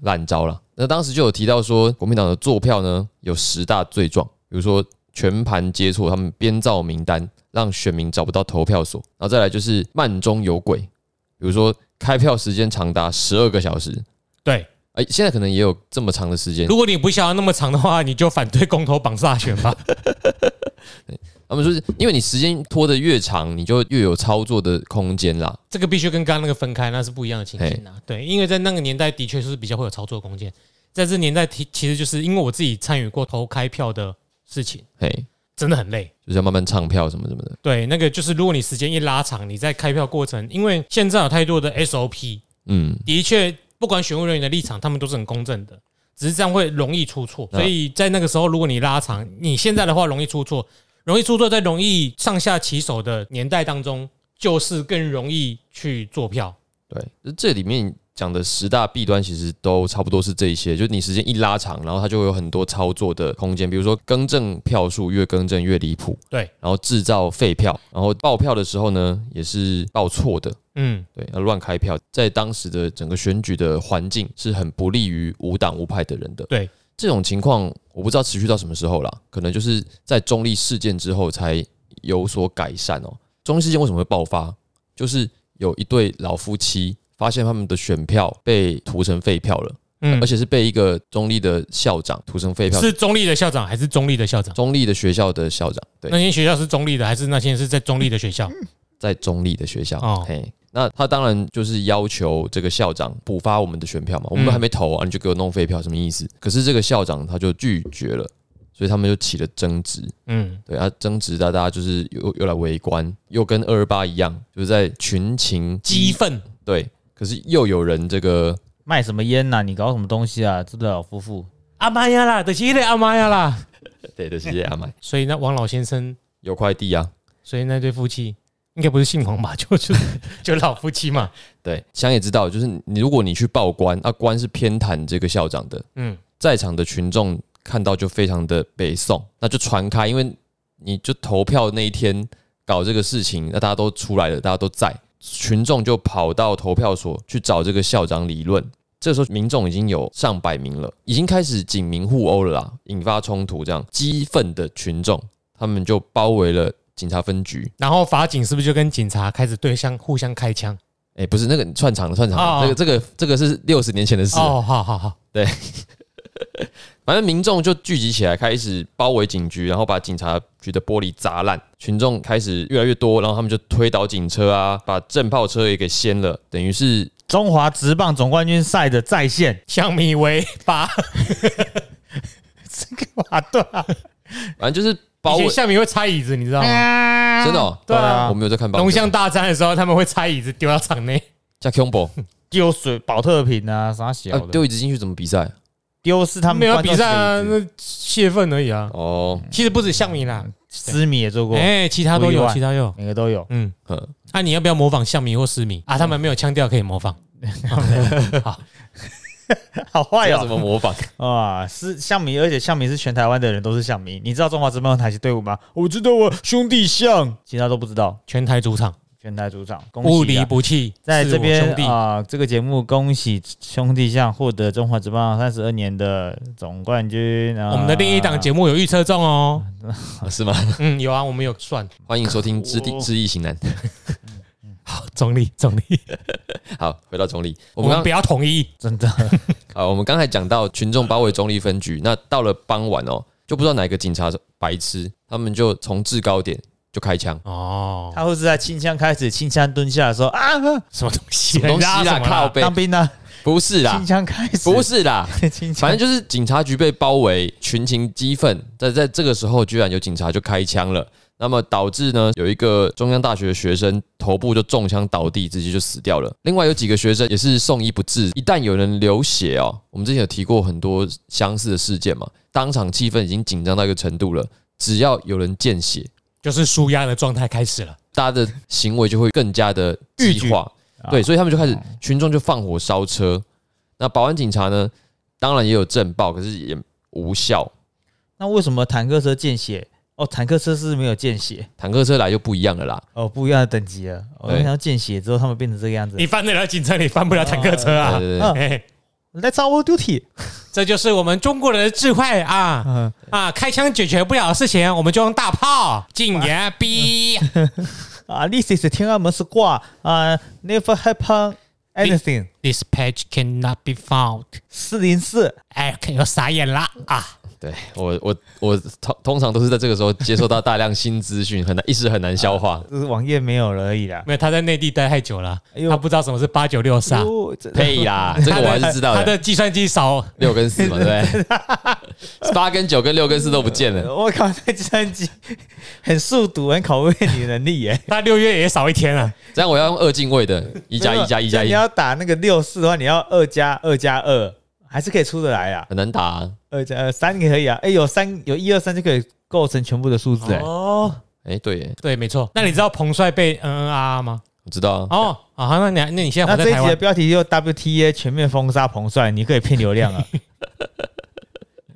A: 烂招啦。那当时就有提到说，国民党的做票呢有十大罪状，比如说全盘接错，他们编造名单，让选民找不到投票所。然后再来就是慢中有鬼，比如说开票时间长达十二个小时，
C: 对，
A: 哎、现在可能也有这么长的时间。
C: 如果你不想要那么长的话，你就反对公投绑大选 [laughs] 吧。
A: 他们说是因为你时间拖得越长，你就越有操作的空间啦。
C: 这个必须跟刚刚那个分开，那是不一样的情形啊。对，因为在那个年代的确是比较会有操作空间，在这年代其其实就是因为我自己参与过投开票的事情，
A: 嘿，
C: 真的很累。
A: 就是要慢慢唱票什么什么的。
C: 对，那个就是如果你时间一拉长，你在开票过程，因为现在有太多的 SOP，
A: 嗯，
C: 的确不管选务人员的立场，他们都是很公正的，只是这样会容易出错。
A: 嗯
C: 所以在那个时候，如果你拉长，你现在的话容易出错，容易出错，在容易上下其手的年代当中，就是更容易去做票。
A: 对，这里面讲的十大弊端其实都差不多是这一些，就是你时间一拉长，然后它就会有很多操作的空间，比如说更正票数越更正越离谱，
C: 对，
A: 然后制造废票，然后报票的时候呢也是报错的，
C: 嗯，
A: 对，要乱开票，在当时的整个选举的环境是很不利于无党无派的人的。
C: 对
A: 这种情况，我不知道持续到什么时候啦，可能就是在中立事件之后才有所改善哦。中立事件为什么会爆发？就是有一对老夫妻发现他们的选票被涂成废票了，
C: 嗯
A: 而且是被一个中立的校长涂成废票，
C: 是中立的校长还是中立的校长？
A: 中立的学校的校长，对
C: 那，些学校是中立的，还是那些是在中立的学校？嗯
A: 在中立的学校。
C: 哦
A: 嘿，那他当然就是要求这个校长补发我们的选票嘛，我们
C: 嗯
A: 还没投啊，你就给我弄废票，什么意思？可是这个校长他就拒绝了，所以他们就起了争执。
C: 嗯，
A: 对啊，争执大家就是又又来围观，又跟二二八一样，就是在群情
C: 激愤。
A: 对。可是又有人这个
B: 卖什么烟呐、你搞什么东西啊？这对老夫妇
C: 阿妈呀啦，就是那个阿妈呀啦。
A: 对的，谢谢阿麦
C: 所以那王老先生，
A: [laughs] 有块地啊，
C: 所以那对夫妻应该不是姓王吧？ [laughs] 就就就老夫妻嘛。
A: 对，想也知道，就是你如果你去报官，啊官是偏袒这个校长的，
C: 嗯，
A: 在场的群众看到就非常的北宋，那就传开，因为你就投票那一天搞这个事情，那大家都出来了，大家都在，群众就跑到投票所去找这个校长理论。这时候民众已经有上百名了，已经开始警民互殴了啦，引发冲突，这样激愤的群众他们就包围了警察分局。
C: 然后法警是不是就跟警察开始对相互相开枪？
A: 哎，不是那个串场的串场
C: 哦哦
A: 的，这个这个这个是六十年前的事了，
C: 哦，好好好，
A: 反正民众就聚集起来，开始包围警局，然后把警察局的玻璃砸烂。群众开始越来越多，然后他们就推倒警车啊，把震炮车也给掀了，等于是
B: 中华职棒总冠军赛的再现，
C: 像米为八，
B: 这个嘛对啊，
A: 反正就是包
C: 以
A: 围
C: 前，像米会拆椅子，你知道
B: 嗯
C: 吗？
A: 真的、哦。
C: 对啊
A: 我，没有在看棒
C: 龙
A: 球
C: 象。大战的时候，他们会拆椅子丢到场内。
A: 加
C: [laughs]
A: combo
B: 丢水保特瓶啊，啥小
A: 啊，
B: 的，
A: 丢椅子进去怎么比
C: 啊
A: 赛？
B: 丢是他们
C: 没有
B: 观众
C: 比赛啊，
B: 自己
C: 那泄愤而已啊。
A: 哦，
C: 其实不止像米啦，
B: 思米也做过，
C: 哎，其他都
B: 哦不意
C: 有，
B: 外
C: 其他都有。
B: 每个都有。
C: 嗯，
A: 呵
C: 啊，你要不要模仿像米或思米啊？他们没有腔调可以
B: [laughs]
C: 模仿。
B: 好坏
A: 要怎
B: 哦
A: 么模
C: [laughs]
A: 仿？
B: 啊！是象迷，而且象迷是全台湾的人都是象迷。你知道中华职棒有哪些队伍吗？我知道啊，兄弟象，其他都不知道。
C: 全台主场，
B: 全台主场，恭喜啊
C: 不离不弃，
B: 在
C: 是
B: 这
C: 我
B: 边
C: 兄弟，
B: 啊、这个节目恭喜兄弟象获得中华职棒三十二年的总冠军。啊
C: 我们的另一档节目有预测中哦。
A: 啊是吗？
C: [laughs] 嗯，有啊，我们有算。
A: 欢迎收听《知地
B: 哦
A: 知易行难》。
C: 好，总理，总理，
A: 好，回到中立，我
C: [laughs] 我
A: 们
C: 们
A: 刚
C: 不要统一。
B: 真的
A: 啊，我们刚才讲到群众包围中立分局，那到了傍晚哦，就不知道哪个警察是白痴，他们就从制高点就开枪。
C: 哦，
B: 他会是在清枪开始，清枪蹲下说啊，
C: 什么东西？
A: 什
C: 啊
A: 么东西
C: [laughs] 拉
A: 啦？
C: 什么
A: 靠
C: 啦？
A: 背，
B: 当兵呢、
A: 不是
C: 啊
A: 啦
B: 清，枪开始，
A: 不是啦，
B: [laughs] 是清
A: 反
B: 枪
A: 正，就是警察局被包围，群情激愤，在在这个时候，居然有警察就开枪了。那么导致呢，有一个中央大学的学生头部就中枪倒地，直接就死掉了。另外有几个学生也是送医不治。一旦有人流血哦，我们之前有提过很多相似的事件嘛，当场气氛已经紧张到一个程度了，只要有人见血，
C: 就是舒压的状态开始了。
A: 大家的行为就会更加的激化。
B: 啊
A: 对，所以他们就开始群众就放火烧车。那保安警察呢，当然也有震爆，可是也无效。
B: 那为什么坦克车见血？哦，坦克车是没有见血，
A: 坦克车来就不一样了啦。
B: 哦，不一样的等级哦了。我
A: 对
B: 想要见血之后，他们变成这个样子
C: 你。翻得了警车，你翻不了坦克车啊 [laughs]
A: 对。对对
B: 啊
C: 哎，
B: That's our duty。
C: 这就是我们中国人的智慧啊
B: 嗯，
C: 啊！开枪解决不了的事情，我们就用大炮。禁言逼，
B: 啊，This is 天安门是挂啊，Never happen anything。
C: [laughs] This page cannot be found。
B: 四零四，
C: 哎，又傻眼了啊！
A: 对我我我通通常都是在这个时候接受到大量新资讯，很难一时很难消化。
B: 就是网页没有了而已啊啦。
C: 没有，他在内地待太久了
B: 哎，呦
C: 他不知道什么是八九六三。
B: 哟哦这
A: 呸啦， [laughs] 这个我还是知道
C: 他
A: 的。
C: 的计算机少
A: 六跟四嘛，对不对？ [laughs] 八跟九跟六跟四都不见了。
B: 我靠，这计算机 [laughs] 很速读，很考验你的能力耶。
C: 他六月也少一天啊了，
A: 这样我要用二进位的， [laughs] 一加一加一加
B: 你
A: 一，
B: 要打那个六四的话，你要二加二加二，还是可以出得来啊。
A: 很难打、啊。
B: 二加二三也可以啊。哎，有三有一二三就可以构成全部的数字哎。
C: 哦，
A: 哎、对耶，
C: 对，没错。那你知道彭帅被嗯嗯啊啊吗？
A: 我知道啊。
C: 哦，啊，好那你那你现在
B: 嗯那这
C: 还在
B: 一
C: 台
B: 集的
C: 湾？
B: 标题
A: 哎
B: 就 WTA 全面封杀彭帅，你可以骗流量
A: [laughs]
B: 啊。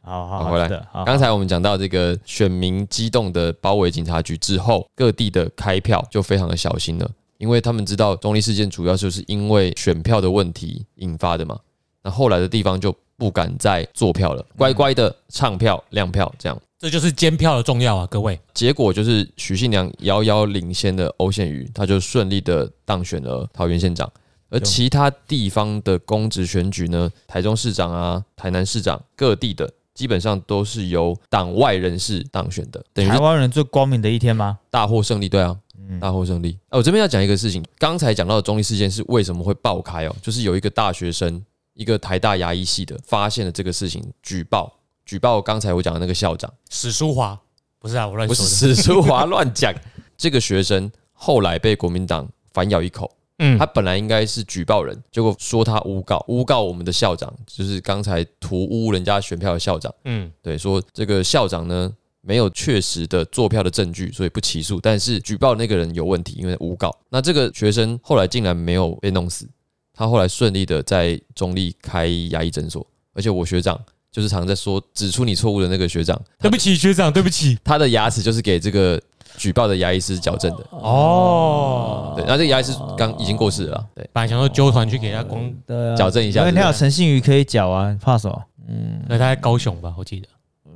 B: 好好
A: 好
B: 好，
A: 回来
B: 是的好，
A: 刚才我们讲到这个选民激动的包围警察局之后，各地的开票就非常的小心了，因为他们知道中立事件主要就是因为选票的问题引发的嘛。那后来的地方就不敢再做票了，乖乖的唱票亮票这样。
C: 这就是监票的重要啊，各位。
A: 结果就是许信良遥遥领先的欧宪瑜，他就顺利的当选了桃园县长。而其他地方的公职选举呢，台中市长啊、台南市长各地的，基本上都是由党外人士当选的，等于
B: 台
A: 是
B: 湾人最光明的一天吗？
A: 大获胜利，对啊，大获胜利。啊，我这边要讲一个事情，刚才讲到的中立事件是为什么会爆开哦，就是有一个大学生，一个台大牙医系的，发现了这个事情，举报举报刚才我讲的那个校长。
C: 史书华不是啊，我乱
A: 不
C: 说
A: 是
C: 的。
A: 史书华乱讲。 [laughs] 这个学生后来被国民党反咬一口，
C: 嗯
A: 他，本来应该是举报人，结果说他诬告，诬告我们的校长，就是刚才屠污人家选票的校长。
C: 嗯，
A: 对，说这个校长呢没有确实的做票的证据，所以不起诉，但是举报那个人有问题，因为诬告。那这个学生后来竟然没有被弄死，他后来顺利的在中立开牙医诊所，而且我学长就是常在说指出你错误的那个学长，
C: 对不起，学长，对不起。
A: 他的牙齿就是给这个举报的牙医师矫正的。
C: 哦，
A: 对，那这个牙医师刚已经过世了啦，对，
C: 本来想说揪团去给他公，
B: 对啊
A: 矫正一下
B: 因为他有
A: 对
B: 陈信宇可以缴啊，你怕什么？
C: 呃那他在高雄吧，我记得。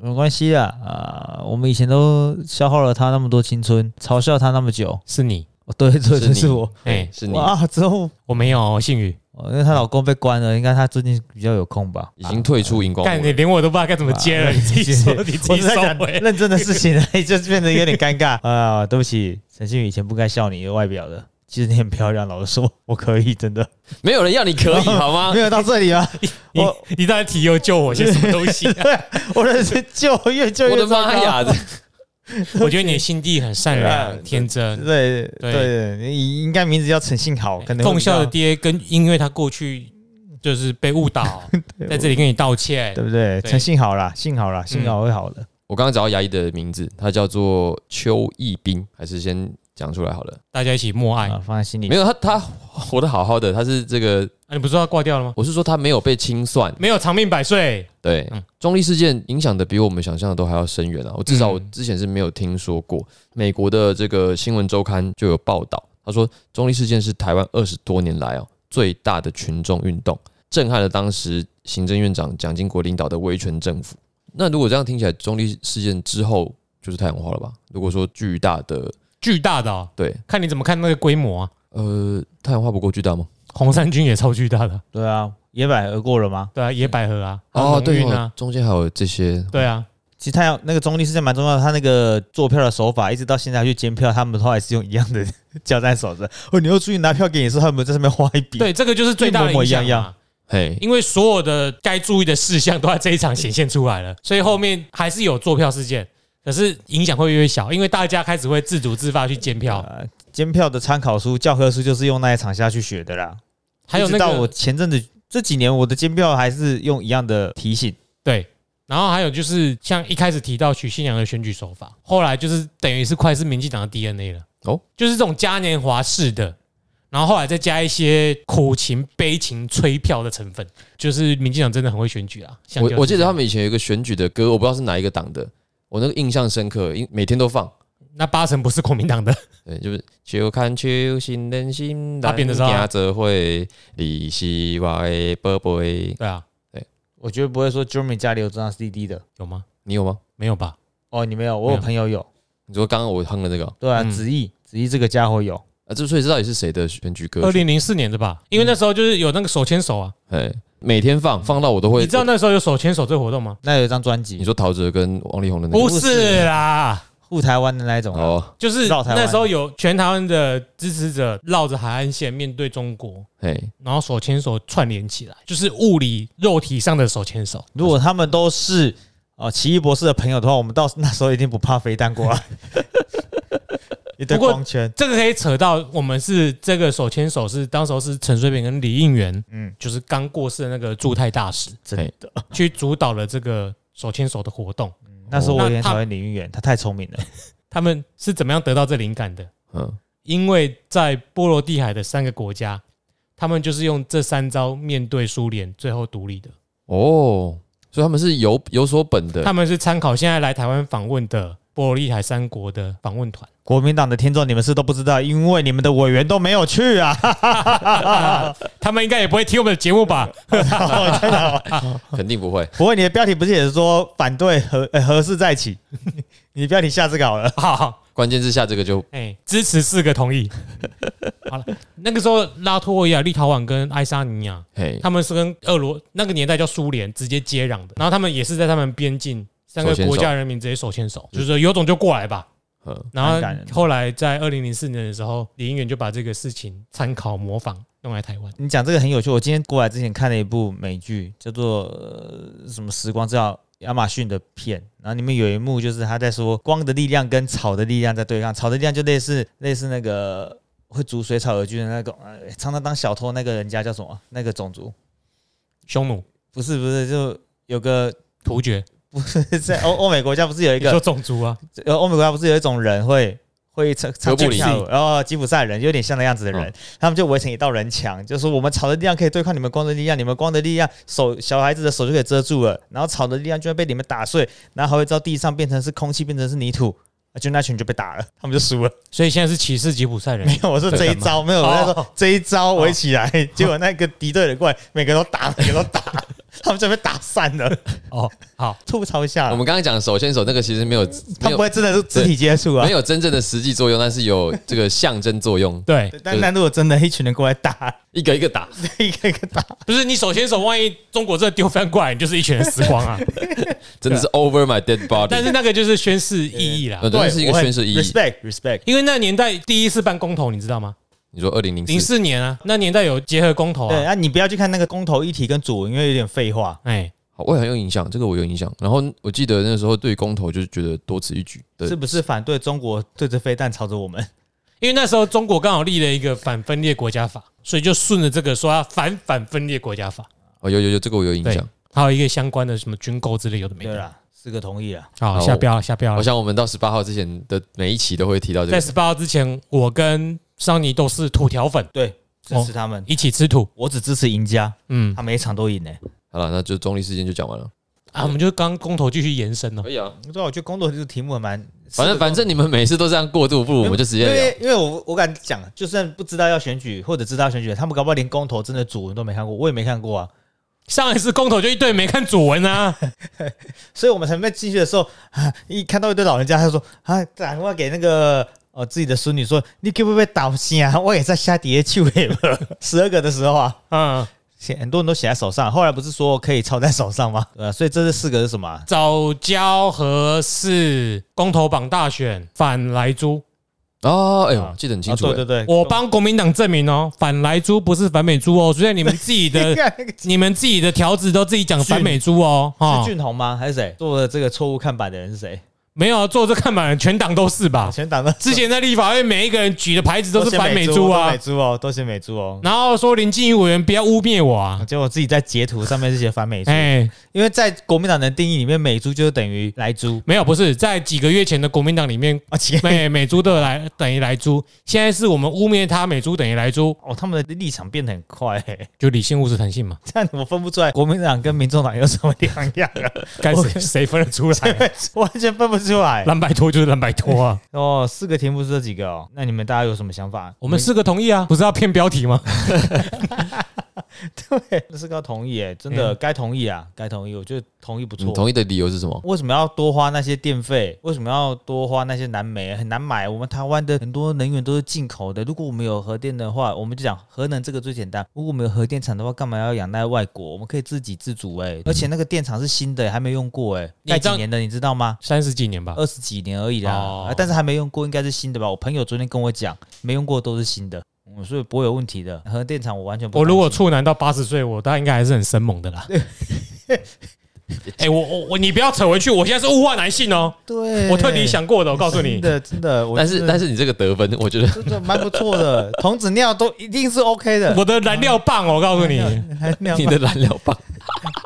B: 没关系啊，啊，我们以前都消耗了他那么多青春，嘲笑他那么久。
C: 是你，
B: 哦，对对
A: 是
B: 对，
A: 你
B: 是我。
C: 哎
A: 是你
B: 哇，之后
C: 我没有信宇，
B: 哦因为她老公被关了，应该她最近比较有空吧？
A: 已经退出荧
B: 哦
A: 光
C: 干
A: 幕
C: 你
A: 了。
C: 连我都不知道该怎么接了，你自己
B: [laughs]
C: 说， [laughs] 你
B: 啊
C: 自
B: 我
C: 己
B: 是在
C: 收
B: 讲
C: 回。
B: 认真的事情，哎就是变得有点尴尬啊。对不起，陈信宇以前不该笑你外表的，其实你很漂亮，老实说，我可以真的
A: 没有人要你可以好吗
B: [laughs] 没？有到这里啊。
C: 你
B: 我
C: 你到底提又
B: [laughs]
C: 救我些什么东西啊？
B: 对，我的救越救
A: 我
B: 越
A: 的
B: 糟
A: 妈
B: 糕！
A: 呀！
C: 我觉得你的心地很善
B: 对
C: 良、
B: 啊
C: 天真。
B: 对
C: 对
B: 对
C: 哎
B: 对，你应该名字叫陈信豪，可能会
C: 奉
B: 比较
C: 孝的爹跟因为他过去就是被误
B: [laughs]
C: 导，在这里跟你道歉
B: 对。不对？
C: 对嗯
B: 陈信豪啦，信豪啦，信豪会好的。
A: 我刚刚找到牙医的名字，他叫做邱义斌，还是先讲出来好了。
C: 大家一起默哀。
B: 啊，放在心里
A: 没。有他，他活得好好的，他是这个，
C: 啊，你不是说他挂掉了吗？
A: 我是说他没有被清算。
C: 没有长命百岁，
A: 对
C: 嗯，
A: 中立事件影响的比我们想象的都还要深远啊！我至少
C: 嗯
A: 我之前是没有听说过，美国的这个新闻周刊就有报道，他说中立事件是台湾二十多年来哦最大的群众运动，震撼了当时行政院长蒋经国领导的威权政府。那如果这样听起来，中立事件之后就是太阳花了吧？如果说巨大的
C: 巨大的、哦，
A: 对，
C: 看你怎么看那个规模啊。
A: 呃，太阳花不够巨大吗？
C: 红衫军也超巨大的，
B: 对啊，野百合过了吗？
C: 对啊，野百合啊，还有
A: 哦，
C: 农
A: 对
C: 运
A: 哦
C: 啊，，
A: 中间还有这些
C: 对啊，
B: 其实他要那个中立事件蛮重要的，他那个做票的手法，一直到现在去监票，他们都还是用一样的 [laughs] 交代手势。哦，你要注意拿票给你的时候，他们在上面画一笔。
C: 对，这个就是最大的
B: 一模
C: 影
B: 一样
C: 响嘛
B: 样
A: 嘿，
C: 因为所有的该注意的事项都在这一场显现出来了，所以后面还是有坐票事件，可是影响会越来越小，因为大家开始会自主自发去监票，
B: 呃，监票的参考书、教科书就是用那一场下去学的啦。
C: 还有
B: 一直
C: 那
B: 到我
C: 个
B: 前阵子这几年，我的监票还是用一样的提醒。
C: 对，然后还有就是像一开始提到许信良的选举手法，后来就是等于是快是民进党的 DNA 了，
A: 哦
C: 哦，就是这种嘉年华式的。然后后来再加一些苦情、悲情、催票的成分，就是民进党真的很会选举啊。像
A: 我
C: 就是
A: 我记
C: 这
A: 得
C: 样
A: 他们以前有一个选举的歌，我不知道是哪一个党的，我那个印象深刻，因每天都放。
C: 那八成不是国民党
A: [laughs]
C: 的，
A: 对，就是就看秋心人心，
C: 他变的时候啊
A: 行者会，你是我的宝贝。
C: 对啊，
B: 我绝对不会说 Jeremy 家里有这张 CD 的。
C: 有吗？
A: 你有吗？
C: 没有吧？
B: 哦，你没有，我有
C: 没有
B: 朋友有。
A: 你说刚刚我哼的那个啊
B: 对啊，
C: 嗯
B: 子毅，子毅这个家伙有。
A: 啊，这所以这到底是谁的选举歌
C: 二
A: 曲？
C: 零零四年的吧，因为那时候就是有那个手牵手啊，
A: 哎，每天放放到我都会。
C: 你知道那时候有手牵手这个活动吗？
B: 那有一张专
A: 你
B: 辑，
A: 说陶喆跟王力宏的那个
C: 不是啦，
B: 护台湾的那一种啊。
A: 哦，
C: 就是
B: 绕台湾
C: 那时候有全台湾的支持者绕着海岸线面对中国，
A: 嘿，
C: 然后手牵手串联起来，就是物理肉体上的手牵手。
B: 如果他们都是呃奇异博士的朋友的话，我们到 [laughs] 那时候一定不怕飞弹过来，一堆
C: 不过
B: 光圈。
C: 这个可以扯到我们是这个手牵手是当时候是陈水扁跟李应元，
B: 嗯，
C: 就是刚过世的那个驻泰大使
B: 真的。
C: 去主导了这个手牵手的活动。
B: 那时候我有点
C: 那他
B: 讨厌李玉远，他太聪明了。
C: 他们是怎么样得到这灵感的？
A: 嗯，
C: 因为在波罗的海的三个国家，他们就是用这三招面对苏联最后独立的。
A: 哦，所以他们是有有所本的
C: 他们是参考现在来台湾访问的波罗的海三国的访问团。
B: 国民党的听众，你们是都不知道，因为你们的委员都没有去啊。
C: 他们应该也不会听我们的节目吧？
B: 哦
A: 肯定不会。
B: 不过你的标题不是也是说反对和呃和事在起？ [laughs] 你的标题下次搞了。
C: 好好，
A: 关键之下这个就
C: 哎、支持四个同意。好了，那个时候拉脱维亚、立陶宛跟爱沙尼亚，
A: 嘿，
C: 他们是跟俄罗那个年代叫苏联直接接壤的，然后他们也是在他们边境三个
A: 手牵手
C: 国家人民直接手牵手，就是说有种就过来吧。
A: 嗯，
C: 然
B: 蛮感人
C: 后
B: 的
C: 后来在二零零四年的时候，李英元就把这个事情参考模仿用来台湾。
B: 你讲这个很有趣。我今天过来之前看了一部美剧，叫做、呃、什么《时光之钥》，亚马逊的片。然后里面有一幕就是他在说光的力量跟草的力量在对抗，草的力量就类似类似那个会逐水草而居的那种，呃常常当小偷那个人家叫什么？那个种族
C: 匈奴、
B: 不是不是，就有个 [laughs]
C: 突厥，
B: 在欧欧美国家不是有一
C: 你说
B: 个
C: 种族啊？
B: 呃欧美国家不是有一种人会。会唱唱
A: 哥布嗯
B: 跳
A: 林
B: 舞，然后吉普赛人有点像那样子的人，他们就围成一道人墙，就说我们草的力量可以对抗你们光的力量，你们光的力量手小孩子的手就可以遮住了，然后草的力量就会被你们打碎，然后还会到地上变成是空气，变成是泥土，就那群就被
A: [laughs]
B: 打了，他们就输了。
C: 所以现在是歧视吉普赛人
B: 没。有，我说这一招没有， [laughs] 我在说
C: 哦
B: 这一招围起来，结果那个敌对的过来，每个都打，每个都打，他们就被打散了，
C: 哦，好，
B: 吐槽一下
A: 我们刚刚讲手牵手那个其实没有
B: 他不
A: 没有
B: 会真的是肢体接触啊
A: 没。有真正的实际作用，但是有这个象征作用， [laughs]
C: 对，
B: 但但如果真的一群人过来打，
A: 一个一个打。
B: 一个一个打，
C: 不是你手牵手，万一中国这丢翻过来，你就是一群人死光啊！
A: 真的是
B: 啊
A: over my dead body。
C: 但是那个就是宣誓意义啦
A: 呃，，对，那是一个
B: 我很
A: 宣誓意义。
B: Respect, respect。
C: 因为那年代第一次办公投，你知道吗？
A: 你说二零零
C: 零
A: 四，
C: 四年啊，那年代有结合公投
B: 对
C: 啊，
B: 啊，你不要去看那个公投议题跟主文，因为有点废话。
C: 哎，
A: 好，我很有印象，这个我有印象。然后我记得那时候对公投就是觉得多此一举的
B: 是不是反对中国对着飞弹朝着我们？
C: 因为那时候中国刚好立了一个反分裂国家法，所以就顺着这个说要反反分裂国家法，
A: 哦，有有有，这个我有印
C: 对
A: 象。，
C: 还有一个相关的什么军购之类有的没
B: 对
C: 的。
B: 啦，四个同意啊啦。
C: 好，
A: 好
C: 下标啊了，下标
A: 我
C: 了。
A: 想我们到十八号之前的每一期都会提到这
C: 在
A: 个。
C: 十八号之前，我跟桑尼都是土条粉，
B: 对，支持他们。
C: 一起吃土。
B: 我只支持赢家，
C: 嗯
B: 他每一场都赢呢、
A: 好了，那就中立事件就讲完了。
C: 啊，我们就刚公投继续延伸了。哦
A: 以啊，
B: 对啊，我觉得公投这个题目还蛮……
A: 反正反正你们每次都这样过度，不如我们就直
B: 因
A: 接聊。
B: 为因为我我敢讲，就算不知道要选举或者知道要选举，他们搞不好连公投真的主文都没看过，我也没看过啊。
C: 上一次公投就一堆人没看主文
B: [laughs]
C: 啊，
B: 所以我们才没进去的时候， [laughs] 啊，一看到一堆老人家，他就说啊，打电话给那个呃自己的孙女说，你可不可以打心啊？我也在下底下去尾 [laughs] 十二个的时候啊，
C: 嗯，
B: 写很多人都写在手上，后来不是说可以抄在手上吗？对啊，所以这是四个是什么啊？
C: 早教合适，公投榜大选反莱猪，
A: 哦，哎呦，记得很清楚
B: 啊
A: 欸。
B: 对对对，
C: [laughs] 我帮国民党证明哦，反莱猪不是反美猪哦，所以你们自己
B: [laughs] 你
C: 的
B: 看那个
C: 你们自己的条子都自己讲反美猪哦，哈
B: 是，俊宏吗？还是
A: 哦
B: 谁做了这个错误看板的人是谁？
C: 没有啊做这看板的全党都是吧？
B: 全党的
C: 之前在立法院每一个人举的牌子都是
B: 写
C: 反
B: 美
C: 美猪
B: 都
C: 啊
B: 美，猪哦，都写美猪哦。
C: 然后说林静怡委员不要污蔑我啊，
B: 结果我自己在截图上面是写反美猪，
C: 哎，
B: 因为在国民党的定义里面，美猪就是等于来猪
C: 没有，不是在几个月前的国民党
B: [laughs]
C: 里面，
B: 啊，切
C: 美美猪的来等于莱猪，现在是我们污蔑他美猪等于莱猪，
B: 哦，他们的立场变得很快、 [laughs] 欸。
C: 就理性务实弹
B: [laughs]
C: 性嘛，
B: 这样我分不出来国民党跟民众党有什么两样
A: [laughs]
B: 啊，
C: 该谁谁分得出
B: [laughs]
C: 来啊？
A: 哎
B: 完全分不出来。
C: 蓝白拖就是蓝白
B: [laughs]
C: 拖啊！
B: 哦，四个题目是这几个哦，那你们大家有什么想法？ [laughs]
C: 我们四个同意啊，不是要骗标题吗？
B: 对，这是个要同意哎，真的该同意啊，该同意，我觉得同意不
A: 你
B: 错。
A: 嗯同意的理由是什么？
B: 为什么要多花那些电费？为什么要多花那些燃煤？很难买。我们台湾的很多能源都是进口的。如果我们有核电的话，我们就讲核能这个最简单。如果我们有核电厂的话，干嘛要仰赖外国？我们可以自给自足哎、而且那个电厂是新的、还没用过哎、
C: 嗯你
B: 盖几
C: 这样
B: 年的你知道吗？
C: 三十几年吧，
B: 二十几年而已啦、
C: 哦
B: 啊但是还没用过，应该是新的吧？我朋友昨天跟我讲，没用过都是新的，嗯、所以不会有问题的。核电厂我完全不
C: 我如果
B: 担心
C: 处男到八十岁，我大概应该还是很生
B: [laughs]
C: 猛的啦。哎、我我我，你不要扯回去，我现在是物化男性哦，
B: 对，
C: 我特地想过的，我告诉
B: 真
C: 你，
B: 的真的，我
A: 但是
B: 真的
A: 但是你这个得分，
B: [laughs]
A: 我觉得
B: 真的蛮不错的，童子尿都一定是 OK 的。 [laughs]
C: 我的燃料棒，我告诉你，
B: 还尿
A: 你的燃料棒，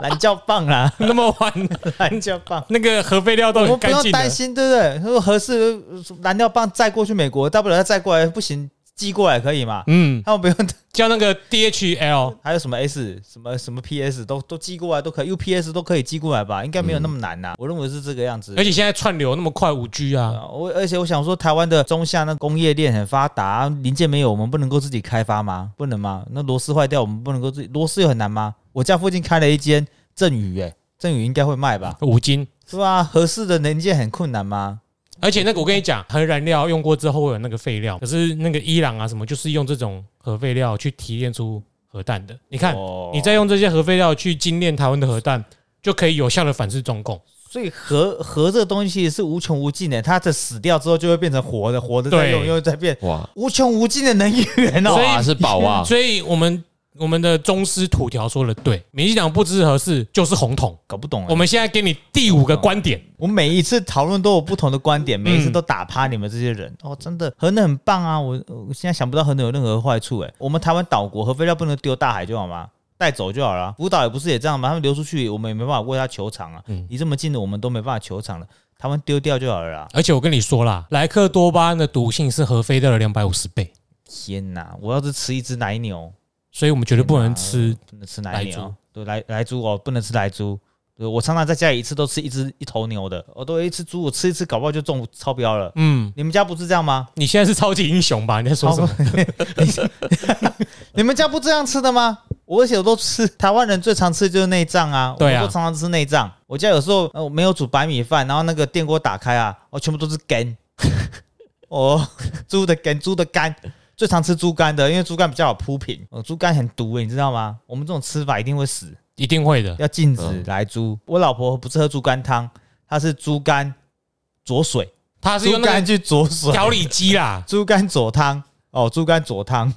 B: 懒觉棒啦，
C: [laughs] 那么晚
B: 懒觉棒。
C: 那个核废料
B: 我
C: 都
B: 们
C: 很
B: 不
C: 干
B: 用
C: 净
B: 担
C: 的，
B: 心，对不对？如果合适，燃料棒载过去美国，大不了再过来，不行寄过来可以嘛？
C: 嗯，
B: 他们不用，
C: 叫那个 DHL
B: 还有什么 S、什么什么 PS 都都寄过来都可以，UPS 都可以寄过来吧？应该没有那么难呐、啊
C: 嗯
B: 我认为是这个样子
C: 而。且现在串流那么快，五 G 啊，
B: 啊我而且我想说，台湾的中下那工业链很发达，零件没有，我们不能够自己开发吗？不能吗？那螺丝坏掉，我们不能够自己螺丝有很难吗？我家附近开了一间振宇，哎，振宇应该会卖吧？
C: 五金。
B: 是吧？合适的零件很困难吗？
C: 而且那个我跟你讲，核燃料用过之后会有那个废料，可是那个伊朗啊什么，就是用这种核废料去提炼出核弹的。你看，
B: 哦
C: 你再用这些核废料去精炼台湾的核弹，就可以有效的反制中共。
B: 所以核核这个东西其实是无穷无尽的，它的死掉之后就会变成活的，活的再
C: 对
B: 用，又再变
A: 哇
B: 无穷无尽的能源哦。
A: 哇是宝
B: [laughs]
A: 啊！
C: 所以我们我们的宗师土条说的对，民进党不支持核四就是红统。
B: 搞不懂、欸，
C: 我们现在给你第五个观点，
B: 我每一次讨论都有不同的观
C: 嗯
B: 点，每一次都打趴你们这些人、哦，真的核能很棒啊！我我现在想不到核能有任何坏处哎、我们台湾岛国核废料不能丢大海就好吗？带走就好了啊。福岛也不是也这样吗？他们流出去，我们也没办法为他求偿啊。
C: 嗯
B: 离这么近的我们都没办法求偿了，台湾丢掉就好了啦。
C: 而且我跟你说啦，莱克多巴胺的毒性是核废料的两百五十倍，
B: 天哪！我要是吃一只奶牛，哦
C: 所以我们绝对不能吃。
B: 不能吃奶
C: 奶猪
B: 牛，对，来来猪哦，不能吃来猪。对我常常在家里一次都吃一只一头牛的，我、都一吃猪，我吃一次搞不好就中超标了。
C: 嗯，
B: 你们家不是这样吗？
C: 你现在是超级英雄吧？你在说什么？
B: [laughs] 你们家不这样吃的吗？我而且我都吃，台湾人最常吃的就是内脏啊，
C: 对
B: 我
C: 啊
B: 们都常常吃内脏。我家有时候呃我没有煮白米饭，然后那个电锅打开啊，哦，全部都是肝， [laughs] 哦，猪的肝，猪的肝，最常吃猪肝的，因为猪肝比较好铺平，哦，猪肝很毒、欸，你知道吗？我们这种吃法一定会死，
C: 一定会的。
B: 要禁止
A: 嗯
B: 来猪。我老婆不是喝猪肝汤，她是猪肝佐水，
C: 他是
B: 猪
C: 用那
B: 肝
C: 个
B: 去佐水，
C: 调理机啦，
B: 猪肝佐汤哦，猪肝佐汤，